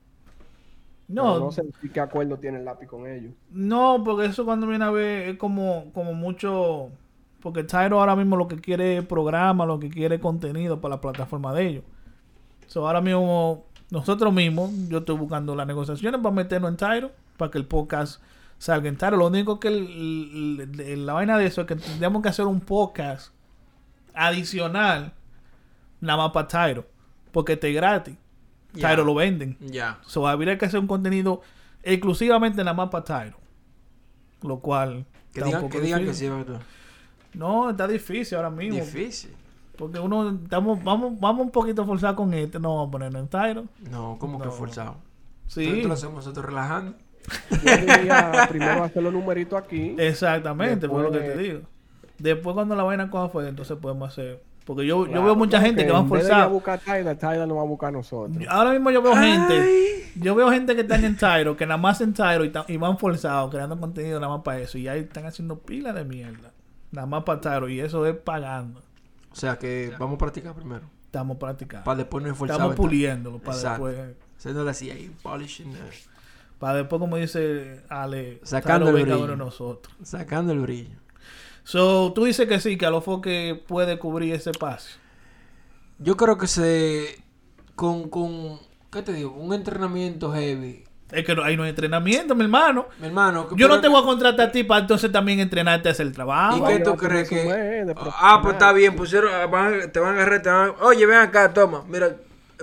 Speaker 1: No,
Speaker 3: no sé si qué acuerdo tiene el lápiz con ellos.
Speaker 1: No, porque eso cuando viene a ver es como, como mucho. Porque Tyro ahora mismo lo que quiere es programa, lo que quiere es contenido para la plataforma de ellos. So, ahora mismo, nosotros mismos, yo estoy buscando las negociaciones para meternos en Tyro, para que el podcast salga en Tyro. Lo único que el- el- el- la vaina de eso es que tendríamos que hacer un podcast adicional, nada más para Tyro, porque este es gratis.
Speaker 2: Ya.
Speaker 1: Tyro lo venden.
Speaker 2: Ya.
Speaker 1: So, habría que hacer un contenido exclusivamente nada más para Tyro. Lo cual.
Speaker 2: Que
Speaker 1: está un
Speaker 2: digan
Speaker 1: poco
Speaker 2: que, digan que sí,
Speaker 1: difícil.
Speaker 2: ¿verdad?
Speaker 1: No, está difícil ahora mismo.
Speaker 2: Difícil.
Speaker 1: Porque uno. Estamos, vamos, vamos un poquito forzados con este. No vamos a ponernos en Tyro.
Speaker 2: No, como que
Speaker 1: No.
Speaker 2: forzado.
Speaker 1: Sí.
Speaker 2: Esto lo hacemos nosotros relajando.
Speaker 3: Yo diría primero hacer los numeritos aquí.
Speaker 1: Eh, Exactamente, por lo que
Speaker 3: Después-
Speaker 1: te digo. Después, cuando la vaina coja fuerte, entonces podemos hacer. Porque yo, yo
Speaker 3: Claro,
Speaker 1: veo mucha
Speaker 3: porque
Speaker 1: gente que va
Speaker 3: en vez de ir a
Speaker 1: forzada.
Speaker 3: buscar a Tyra, Tyra no va a buscar a nosotros.
Speaker 1: Ahora mismo yo veo
Speaker 2: Ay.
Speaker 1: gente. Yo veo gente que están en Tyro, que nada más en Tyro y, ta- y van forzados creando contenido nada más para eso. Y ahí están haciendo pila de mierda. Nada más para Tyro. Y eso es pagando.
Speaker 2: O sea que vamos a practicar primero.
Speaker 1: Estamos practicando.
Speaker 2: Para después no esforzarnos.
Speaker 1: Estamos puliéndolo para
Speaker 2: Exacto.
Speaker 1: después.
Speaker 2: Haciéndole así ahí. Polishing. eh,
Speaker 1: Para después, como dice Ale,
Speaker 2: Sacando
Speaker 1: Tyro
Speaker 2: el
Speaker 1: venga a
Speaker 2: brillo.
Speaker 1: ver a nosotros.
Speaker 2: Sacando el brillo.
Speaker 1: So, tú dices que sí, que a lo que puede cubrir ese espacio.
Speaker 2: Yo creo que se. Con, con. ¿Qué te digo? Un entrenamiento heavy.
Speaker 1: Es que no, ahí no hay entrenamiento, mi hermano.
Speaker 2: Mi hermano. que-
Speaker 1: Yo no
Speaker 2: pero-
Speaker 1: te voy a contratar a ti para entonces también entrenarte a hacer el
Speaker 2: ¿Y
Speaker 1: trabajo.
Speaker 2: qué
Speaker 3: Yo
Speaker 2: tú
Speaker 3: voy a
Speaker 2: crees
Speaker 3: tener
Speaker 2: que.?
Speaker 3: su mes de
Speaker 2: Ah, pues
Speaker 3: profesional.
Speaker 2: está bien. Pusieron. ah, van a- te van a agarrar. Te van a- Oye, ven acá, toma. Mira,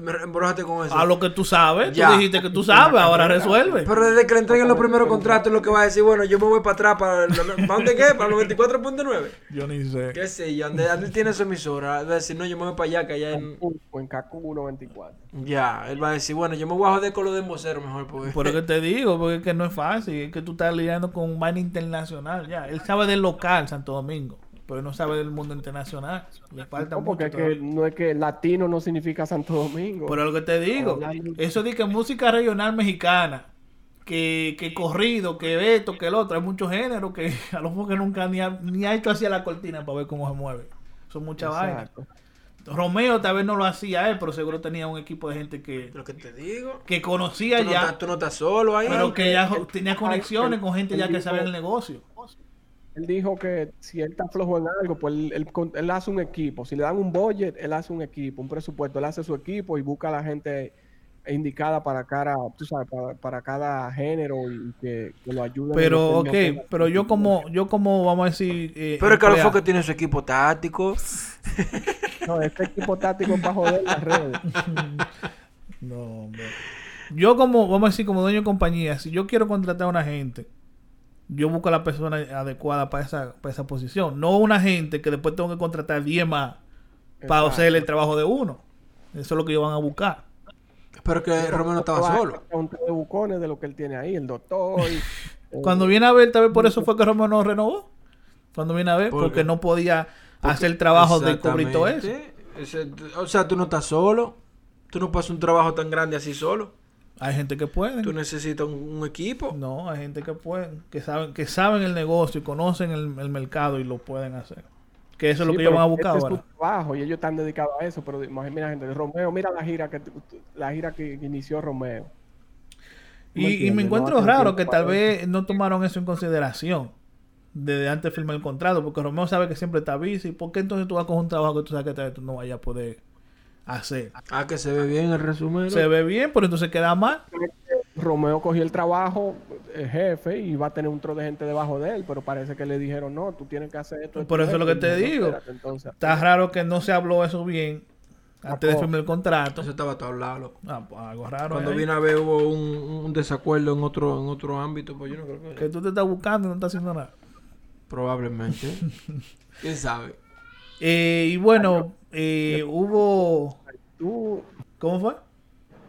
Speaker 2: me- embrójate con eso.
Speaker 1: A lo que tú sabes.
Speaker 2: Ya.
Speaker 1: Tú dijiste que tú sabes, ahora resuelve.
Speaker 2: Pero desde que le entreguen los primeros contratos, lo que va a decir, bueno, yo me voy para atrás, para, el- ¿para dónde qué? Para los 24.9.
Speaker 1: Yo ni sé.
Speaker 2: ¿Qué sé yo? Donde donde él tiene su emisora, va a decir, no, yo me voy para allá, que allá en...
Speaker 3: Cusco, en Kaku 94.
Speaker 2: Ya, él va a decir, bueno, yo me voy a joder con lo de vocero mejor, porque...
Speaker 1: Por lo que te digo, porque es que no es fácil. Es que tú estás lidiando con un vaina internacional. ya Él sabe del local, Santo Domingo. Pero no sabe del mundo internacional. Le falta
Speaker 3: No, porque
Speaker 1: mucho.
Speaker 3: es que
Speaker 1: todavía.
Speaker 3: no es que latino no significa Santo Domingo.
Speaker 1: Por lo que te digo,
Speaker 3: Hablando-
Speaker 1: eso de que música regional mexicana, que, que corrido, que esto, que el otro, hay muchos géneros que a lo mejor que nunca ni ha, ni ha hecho hacia la cortina para ver cómo se mueve. Son muchas vainas.
Speaker 3: Exacto.
Speaker 1: Romeo tal vez no lo hacía él, pero seguro tenía un equipo de gente que,
Speaker 2: Lo que te digo,
Speaker 1: que
Speaker 2: tú
Speaker 1: conocía
Speaker 2: no,
Speaker 1: ya,
Speaker 2: estás, tú no estás solo ahí.
Speaker 1: pero que ya jo- tenía conexiones con gente ya
Speaker 3: Eh, el
Speaker 1: que
Speaker 3: tipo-
Speaker 1: sabía el negocio.
Speaker 3: Él dijo que si él está flojo en algo, pues él, él con- él hace un equipo. Si le dan un budget, él hace un equipo, un presupuesto, él hace su equipo y busca a la gente indicada para cada, tú sabes, para, para cada género y que, que lo ayude.
Speaker 1: Pero, ok, pero yo como, yo como, vamos a decir... eh,
Speaker 2: Pero es que a lo
Speaker 1: empleado-
Speaker 2: mejor que tiene su equipo táctico.
Speaker 3: No, este equipo táctico es para joder las redes.
Speaker 1: No, hombre. Yo como, vamos a decir, como dueño de compañía, si yo quiero contratar a una gente, yo busco a la persona adecuada para esa, para esa posición. No una gente que después tengo que contratar 10 más para
Speaker 3: Exacto.
Speaker 1: hacer el trabajo de uno. Eso es lo que ellos van a buscar.
Speaker 2: Pero que Romeo no estaba
Speaker 3: Trabaja
Speaker 2: solo.
Speaker 3: con tres bucones de lo que él tiene ahí, el doctor. y- eh,
Speaker 1: Cuando viene a ver, tal vez por eso fue que Romero no renovó. Cuando viene a ver,
Speaker 2: ¿Por
Speaker 1: porque
Speaker 2: qué?
Speaker 1: no podía hacer el trabajo de cubrir todo eso.
Speaker 2: Exactamente. Ese- O sea, tú no estás solo. Tú no pasas un trabajo tan grande así solo.
Speaker 1: Hay gente que puede.
Speaker 2: Tú necesitas un, un equipo.
Speaker 1: No, hay gente que pueden, que saben, que saben el negocio y conocen el, el mercado y lo pueden hacer. Que eso es lo
Speaker 3: Sí,
Speaker 1: que ellos van
Speaker 3: pero
Speaker 1: a buscar
Speaker 3: ese es su
Speaker 1: ahora.
Speaker 3: trabajo y ellos están dedicados a eso, pero imagina gente de Romeo, mira la gira que la gira que inició Romeo.
Speaker 1: Y, y me
Speaker 3: entiendes? No
Speaker 1: encuentro
Speaker 3: hacen
Speaker 1: raro
Speaker 3: tiempo
Speaker 1: que
Speaker 3: para
Speaker 1: tal vez no tomaron eso en consideración desde antes de firmar el contrato, porque Romeo sabe que siempre está busy. ¿Por qué entonces tú vas a coger un trabajo que tú sabes que tal vez tú no vayas a poder hacer?
Speaker 2: Ah, que se ve bien el resumen.
Speaker 1: Se ve bien, pero entonces queda mal.
Speaker 3: Romeo cogió el trabajo, el jefe, y va a tener un tro de gente debajo de él, pero parece que le dijeron, no, tú tienes que hacer esto.
Speaker 1: Por eso
Speaker 3: esto,
Speaker 1: es lo
Speaker 3: esto".
Speaker 1: que te
Speaker 3: Y dijo, "No,
Speaker 1: digo.
Speaker 3: espérate, entonces,
Speaker 1: Está raro que no se habló eso bien antes de
Speaker 3: Tampoco.
Speaker 1: firmar el contrato.
Speaker 2: Eso estaba todo hablado.
Speaker 1: Ah, pues, algo raro.
Speaker 2: Cuando
Speaker 1: ahí.
Speaker 2: vino a ver hubo un, un desacuerdo en otro, en otro ámbito, pues yo no creo que...
Speaker 1: Que tú te estás buscando y no estás haciendo nada.
Speaker 2: Probablemente. ¿Quién sabe?
Speaker 1: Eh, y bueno, eh, hubo.
Speaker 3: tú,
Speaker 1: ¿Cómo fue?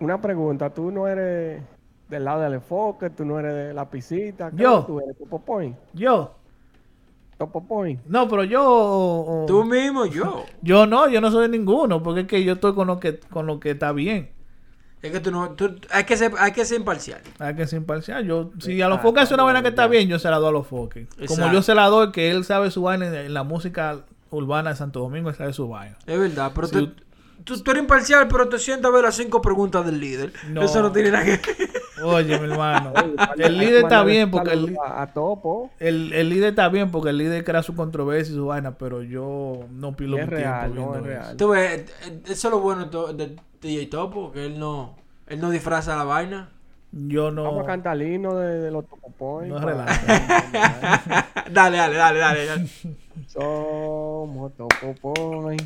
Speaker 3: una pregunta, tú no eres del lado del enfoque, tú no eres de la piscita, ¿qué
Speaker 1: Yo.
Speaker 3: tú eres? Topo Point,
Speaker 1: Yo.
Speaker 3: Topo Point.
Speaker 1: No, pero yo. o-
Speaker 2: Tú mismo, yo.
Speaker 1: Yo no, yo no soy de ninguno, porque es que yo estoy con lo que con lo que está bien.
Speaker 2: Es que tú no... tú- hay, que ser, hay que ser imparcial.
Speaker 1: Hay Ah, que ser imparcial. Yo, si a los foques es una vaina que está bien, yo se la doy a los foques. Como
Speaker 2: Ah, Exacto.
Speaker 1: yo se la doy, que él sabe su vaina en, en la música urbana de Santo Domingo, él sabe su vaina.
Speaker 2: Es verdad, pero
Speaker 1: Sí.
Speaker 2: te- tú, tú eres imparcial, pero te sientas a ver las cinco preguntas del líder.
Speaker 1: No.
Speaker 2: Eso no tiene nada que ver.
Speaker 1: Oye, mi hermano.
Speaker 3: Oye,
Speaker 1: Ah, el
Speaker 3: mándale-
Speaker 1: líder está
Speaker 3: mándale
Speaker 1: bien porque el,
Speaker 3: saludos a, a Topo,
Speaker 1: el- el líder está bien porque el líder crea su controversia y su vaina, pero yo no pilo
Speaker 3: Es
Speaker 1: mi
Speaker 3: real,
Speaker 1: tiempo
Speaker 3: no,
Speaker 1: viendo
Speaker 3: es
Speaker 1: eso.
Speaker 3: real.
Speaker 2: Tú ves, eh, eso es lo bueno to- de DJ Topo, que él no... Él no disfraza la vaina.
Speaker 1: Yo
Speaker 3: vamos a
Speaker 1: no.
Speaker 3: cantar el himno de, de los Topo Point.
Speaker 1: No es
Speaker 3: pa-
Speaker 1: relajo.
Speaker 2: dale, dale, dale, dale. dale.
Speaker 3: Somos Topo Point,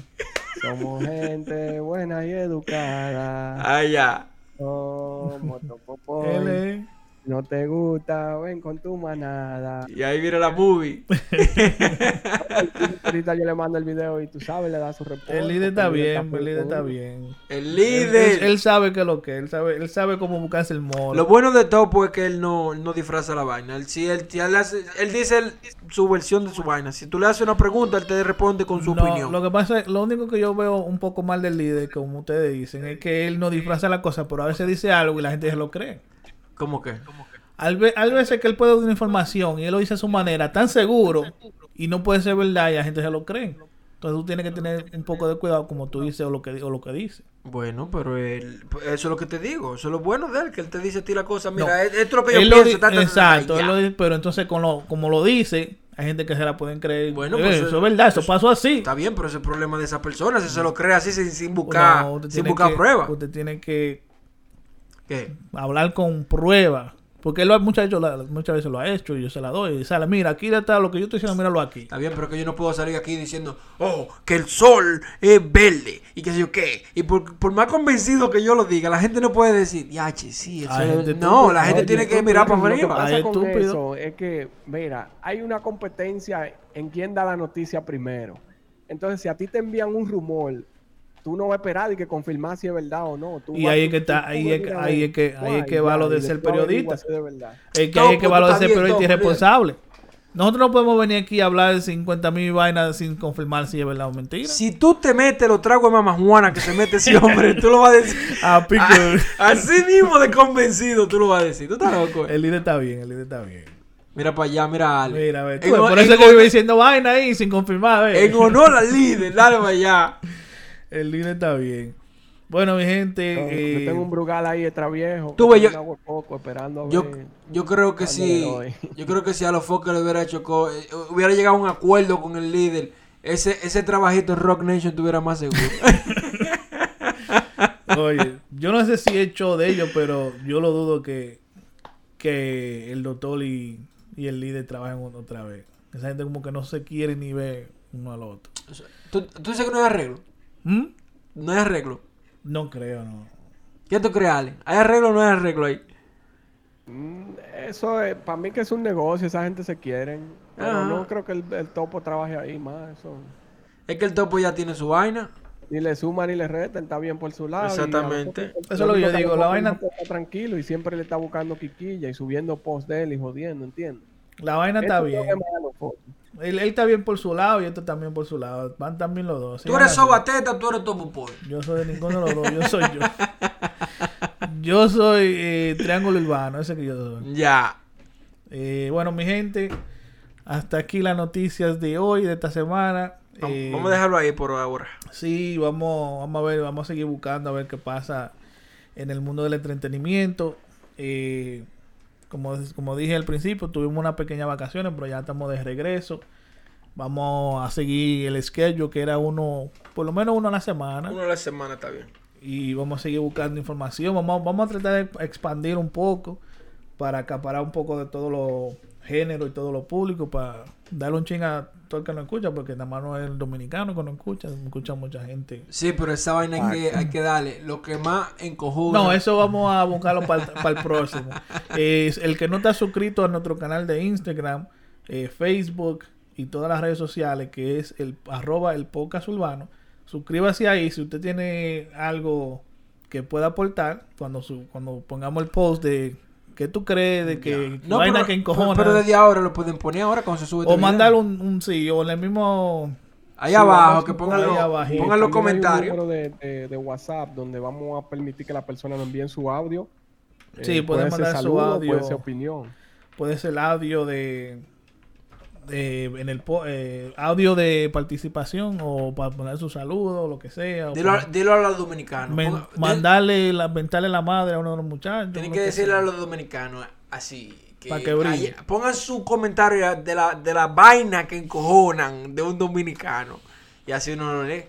Speaker 3: somos gente buena y educada.
Speaker 2: Ah, ya.
Speaker 3: Somos Topo
Speaker 1: Él
Speaker 3: Point,
Speaker 1: es-
Speaker 3: no te gusta, ven con tu manada.
Speaker 2: Y ahí viene la movie.
Speaker 3: Ahorita yo le mando el video y tú sabes, le das su respuesta.
Speaker 1: El líder está
Speaker 3: porque
Speaker 1: bien, el líder está
Speaker 3: full.
Speaker 1: bien.
Speaker 2: El
Speaker 1: Él, él-
Speaker 2: líder.
Speaker 1: él sabe que lo que, él sabe, él sabe cómo buscarse el moro.
Speaker 2: Lo bueno de Topo es que él no, él no disfraza la vaina. Él, si él, si él hace- él dice el- su versión de su vaina. Si tú le haces una pregunta, él te responde con su
Speaker 1: No,
Speaker 2: opinión.
Speaker 1: Lo que pasa es, lo único que yo veo un poco mal del líder, como ustedes dicen, es que él no disfraza la cosa, pero a veces dice algo y la gente se lo cree.
Speaker 2: ¿Cómo que?
Speaker 1: Al ve- Hay veces que él puede dar una información y él lo dice a su manera, tan seguro, y no puede ser verdad y la gente se lo cree. Entonces tú tienes que tener un poco de cuidado como tú dices o lo que, di- o lo que dices.
Speaker 2: Bueno, pero él- eso es lo que te digo. Eso es lo bueno de él, que él te dice a ti la cosa. Mira,
Speaker 1: No.
Speaker 2: e- esto es lo que yo
Speaker 1: Él lo
Speaker 2: pienso.
Speaker 1: di-
Speaker 2: ta, ta, ta, ta,
Speaker 1: exacto,
Speaker 2: y
Speaker 1: él
Speaker 2: ya.
Speaker 1: lo dice, pero entonces con lo, como lo dice, hay gente que se la pueden creer.
Speaker 2: Bueno,
Speaker 1: Eh,
Speaker 2: pues,
Speaker 1: eso es verdad, eso,
Speaker 2: eso-
Speaker 1: pasó así.
Speaker 2: Está bien, pero ese es el problema de esa persona. Si se lo cree así sin, sin buscar,
Speaker 1: No, usted
Speaker 2: sin
Speaker 1: tiene
Speaker 2: buscar
Speaker 1: que-
Speaker 2: pruebas.
Speaker 1: Usted tiene que
Speaker 2: ¿Qué?
Speaker 1: hablar con pruebas. Porque él lo ha- muchas, veces lo- muchas veces lo ha hecho y yo se la doy. Y sale, mira, aquí está lo que yo estoy diciendo, míralo aquí.
Speaker 2: Está bien, pero que yo no puedo salir aquí diciendo, oh, que el sol es verde y que sé yo qué. Y por, por más convencido que yo lo diga, la gente no puede decir, ya, che, sí, el
Speaker 1: Hay
Speaker 2: sol es
Speaker 1: gente
Speaker 2: verde". No,
Speaker 1: tonta.
Speaker 2: la gente
Speaker 1: Oye,
Speaker 2: tiene que
Speaker 3: Entonces,
Speaker 2: mirar para
Speaker 3: Lo que
Speaker 2: arriba.
Speaker 3: pasa
Speaker 1: Ay,
Speaker 3: con
Speaker 1: estúpido.
Speaker 3: eso es que, mira, hay una competencia en quién da la noticia primero. Entonces, si a ti te envían un rumor, tú no vas a esperar y que confirmar si es verdad o no. Tú
Speaker 1: Y
Speaker 3: vas-
Speaker 1: ahí es
Speaker 3: tú-
Speaker 1: que está-
Speaker 3: tú
Speaker 1: ahí es que-
Speaker 3: miras,
Speaker 1: ahí es que- ahí es que
Speaker 3: guay,
Speaker 1: va lo
Speaker 3: guay,
Speaker 1: de
Speaker 3: y
Speaker 1: ser
Speaker 3: después averiguas
Speaker 1: periodista.
Speaker 3: si es de verdad.
Speaker 1: Es Eh, que
Speaker 2: No,
Speaker 1: hay que
Speaker 2: pues,
Speaker 1: valorar
Speaker 2: tú
Speaker 1: ese
Speaker 2: estás
Speaker 1: periodista
Speaker 2: bien, no,
Speaker 1: irresponsable. Nosotros no podemos venir aquí a hablar de 50 mil vainas sin confirmar si es verdad o mentira.
Speaker 2: Si tú te metes los tragos de mamá Juana que se mete ese hombre, tú lo vas a decir.
Speaker 1: Ah, pico.
Speaker 2: A- así mismo de convencido, tú lo vas a decir. Tú estás loco. eh?
Speaker 1: El líder está bien, el líder está bien.
Speaker 2: Mira para allá, mira a Ale.
Speaker 1: Mira, a ver, tú
Speaker 2: en,
Speaker 1: ves,
Speaker 2: ho-
Speaker 1: por eso
Speaker 2: en
Speaker 1: es que
Speaker 2: ho-
Speaker 1: vive diciendo vaina ahí sin confirmar. a ver.
Speaker 2: en honor al líder, dale para allá.
Speaker 1: El líder está bien. Bueno, mi gente.
Speaker 3: Yo
Speaker 1: eh,
Speaker 3: tengo un brugal ahí extra viejo.
Speaker 2: Tú,
Speaker 3: Tú,
Speaker 2: güey, yo-
Speaker 3: poco, esperando a
Speaker 2: Yo,
Speaker 3: ver.
Speaker 2: yo creo que
Speaker 3: Dale,
Speaker 2: sí.
Speaker 3: doy.
Speaker 2: Yo creo que si a los Fokker le hubiera hecho. co- eh, hubiera llegado a un acuerdo con el líder, ese, ese trabajito en Rock Nation estuviera más seguro.
Speaker 1: Oye, yo no sé si he hecho de ellos, pero yo lo dudo que, que el doctor y, y el líder trabajen otra vez. Esa gente como que no se quiere ni ver uno al otro.
Speaker 2: ¿Tú, tú dices que no hay arreglo.
Speaker 1: ¿Mm?
Speaker 2: No hay arreglo.
Speaker 1: No creo, no.
Speaker 2: ¿Qué tú crees, Ale? ¿Hay arreglo o no hay arreglo ahí?
Speaker 3: Mm, Eso es, para mí que es un negocio, esa gente se quieren. Pero
Speaker 2: Ajá.
Speaker 3: no creo que el, el topo trabaje ahí más. Eso.
Speaker 2: Es que el topo ya tiene su vaina.
Speaker 3: Ni le suma ni le resta, él está bien por su lado. y a lo mejor
Speaker 2: Exactamente.
Speaker 3: que-
Speaker 1: Eso es lo que yo
Speaker 3: a
Speaker 1: digo, la
Speaker 3: mejor
Speaker 1: vaina-
Speaker 3: el tipo Está tranquilo y siempre le está buscando quiquilla y subiendo post de él y jodiendo, ¿entiendes?
Speaker 1: La vaina Ah, está
Speaker 3: Esto es lo
Speaker 1: bien.
Speaker 3: que me da los focos.
Speaker 1: Él, él está bien por su lado y esto también por su lado. Van también los dos.
Speaker 2: Tú eres
Speaker 1: Sigan así.
Speaker 2: sobateta, tú eres topo Boy.
Speaker 1: Yo soy de ninguno de los dos. Yo soy yo. Yo soy eh, Triángulo Urbano, ese que yo soy.
Speaker 2: Ya.
Speaker 1: Eh, bueno, mi gente, hasta aquí las noticias de hoy, de esta semana.
Speaker 2: Vamos,
Speaker 1: Eh,
Speaker 2: vamos a dejarlo ahí por ahora.
Speaker 1: Sí, vamos, vamos a ver, vamos a seguir buscando a ver qué pasa en el mundo del entretenimiento. Eh, como, como dije al principio, tuvimos unas pequeñas vacaciones, pero ya estamos de regreso. Vamos a seguir el schedule, que era uno, por lo menos uno a la semana.
Speaker 2: Uno a la semana está bien.
Speaker 1: y vamos a seguir buscando información. Vamos, vamos a tratar de expandir un poco para acaparar un poco de todos los géneros y todo lo público para darle un ching a todo el que no escucha, porque nada más no es el dominicano que no escucha, escucha mucha gente.
Speaker 2: Sí, pero esa vaina hay que, hay que darle. Lo que más encojuda.
Speaker 1: No, eso vamos a buscarlo para el próximo. Es el que no está suscrito a nuestro canal de Instagram, eh, Facebook y todas las redes sociales, que es el arroba el podcast urbano. Suscríbase ahí si usted tiene algo que pueda aportar cuando su, cuando pongamos el post de ¿Qué tú crees de que
Speaker 2: No,
Speaker 1: vaina
Speaker 2: pero,
Speaker 1: que encojona?
Speaker 2: pero desde ahora lo pueden poner ahora cuando se sube. este
Speaker 1: o
Speaker 2: video.
Speaker 1: mandar un, un sí, o en el mismo.
Speaker 2: Ahí
Speaker 1: sí,
Speaker 2: abajo,
Speaker 1: vamos
Speaker 2: que
Speaker 1: un
Speaker 2: pongan
Speaker 1: poco ahí
Speaker 2: los,
Speaker 1: abajito.
Speaker 2: pongan los
Speaker 3: También hay
Speaker 2: comentarios.
Speaker 3: Un número de, de- de WhatsApp donde vamos a permitir que la persona nos envíe su audio. Eh,
Speaker 1: Sí, pueden
Speaker 3: puede ser
Speaker 1: mandar su audio.
Speaker 3: Puede ser opinión.
Speaker 1: Puede ser el audio de. de- en el po- eh, audio de participación o para poner su saludo o lo que sea. o
Speaker 2: Dilo, a-
Speaker 1: para
Speaker 2: dilo a los dominicanos.
Speaker 1: men-
Speaker 2: Ponga- de-
Speaker 1: mandarle la, mentarle la madre a uno de los muchachos.
Speaker 2: tienen
Speaker 1: lo
Speaker 2: que decirle
Speaker 1: sea.
Speaker 2: a los dominicanos así. Que
Speaker 1: Pa' que brille.
Speaker 2: haya- pongan su comentario de la, de la vaina que encojonan de un dominicano. Y así uno lo lee.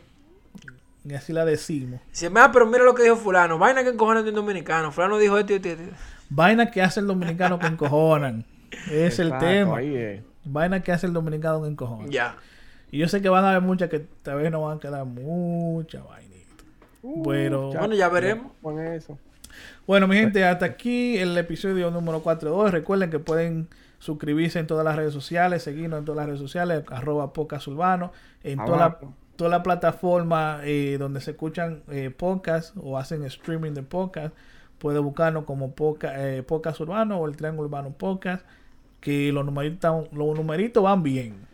Speaker 1: Y así la decimos.
Speaker 2: Dice, "Ah, pero mira lo que dijo fulano. Vaina que encojonan de un dominicano. Fulano dijo esto y esto y esto".
Speaker 1: Vaina que hace el dominicano que encojonan. Es el
Speaker 3: Exacto,
Speaker 1: tema.
Speaker 3: Ahí es.
Speaker 1: Vaina que hace el dominicano que encojonan.
Speaker 2: Ya.
Speaker 1: Y yo sé que van a haber muchas que tal vez nos van a quedar muchas vainitas.
Speaker 3: Uh,
Speaker 1: Bueno.
Speaker 2: Bueno, ya veremos.
Speaker 3: Pon eso.
Speaker 1: Bueno, mi gente, hasta aquí el episodio número 42. Recuerden que pueden suscribirse en todas las redes sociales, seguirnos en todas las redes sociales, arroba podcast urbano, en toda la,
Speaker 3: Abajo.
Speaker 1: toda la plataforma eh, donde se escuchan eh, podcasts o hacen streaming de podcast. Puede buscarnos como podcast, eh, podcast urbano o el Triángulo Urbano Podcast, que los numeritos, los numeritos van bien.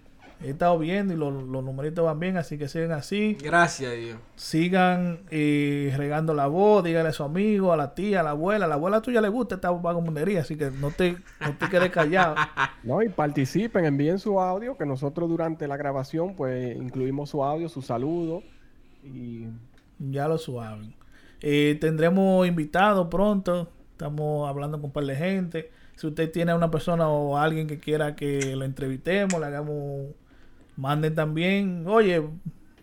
Speaker 1: He estado viendo y los, los numeritos van bien, así que sigan así
Speaker 2: Gracias, Dios.
Speaker 1: sigan eh, regando la voz, díganle a su amigo, a la tía, a la abuela. A la abuela tuya le gusta esta vagabundería, así que no te, no te quedes callado.
Speaker 3: No, y participen, envíen su audio, que nosotros durante la grabación, pues, incluimos su audio, su saludo. Y
Speaker 1: ya lo suaven. Eh, tendremos invitados pronto. Estamos hablando con un par de gente. Si usted tiene a una persona o a alguien que quiera que lo entrevistemos, le hagamos, manden también. Oye,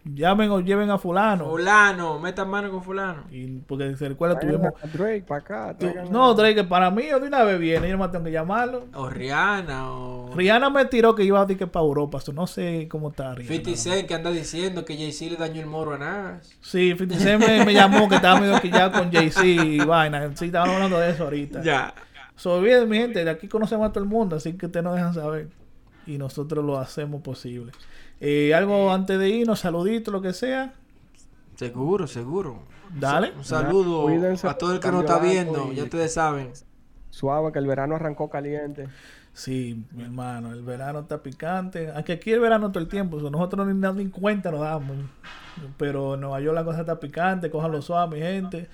Speaker 1: llamen o lleven a fulano.
Speaker 2: Fulano, metan mano con fulano.
Speaker 1: Y, porque se recuerda,
Speaker 3: traigan
Speaker 1: tuvimos...
Speaker 3: a Drake para acá. traigan
Speaker 1: No,
Speaker 3: a-
Speaker 1: Drake, para mí, yo de una vez viene, yo no tengo que llamarlo.
Speaker 2: O Rihanna, o
Speaker 1: Rihanna me tiró que iba a decir que para Europa, so no sé cómo está Rihanna.
Speaker 2: 50 Cent que anda diciendo que Jay-Z le dañó el moro a Nas.
Speaker 1: Sí, 50 Cent me, me llamó que estaba medio que ya con Jay-Z y vaina. Sí, estaban hablando de eso ahorita.
Speaker 2: Ya.
Speaker 1: So, bien, mi gente, de aquí conocemos a todo el mundo, así que ustedes nos dejan saber. Y nosotros lo hacemos posible. Eh, algo antes de irnos, saluditos, lo que sea.
Speaker 2: Seguro, seguro.
Speaker 1: Dale.
Speaker 2: Un saludo
Speaker 3: Cuídense,
Speaker 2: a todo el que nos está
Speaker 3: cambio
Speaker 2: viendo,
Speaker 3: algo y-
Speaker 2: ya ustedes saben.
Speaker 3: Suave, que el verano arrancó caliente.
Speaker 1: Sí, mi hermano, el verano está picante. Aunque aquí el verano todo el tiempo, so, nosotros ni, ni cuenta nos damos. Pero en Nueva York la cosa está picante, cójanlo suave, mi gente,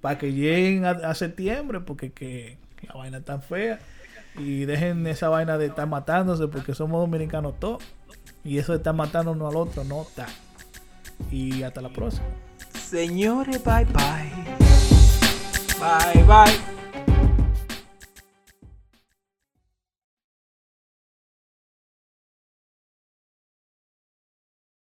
Speaker 1: para que lleguen a, a septiembre, porque que la vaina está fea. Y dejen esa vaina de estar matándose, porque somos dominicanos todos. Y eso de estar matando uno al otro no está. Y hasta la próxima.
Speaker 2: Señores, bye bye. Bye bye.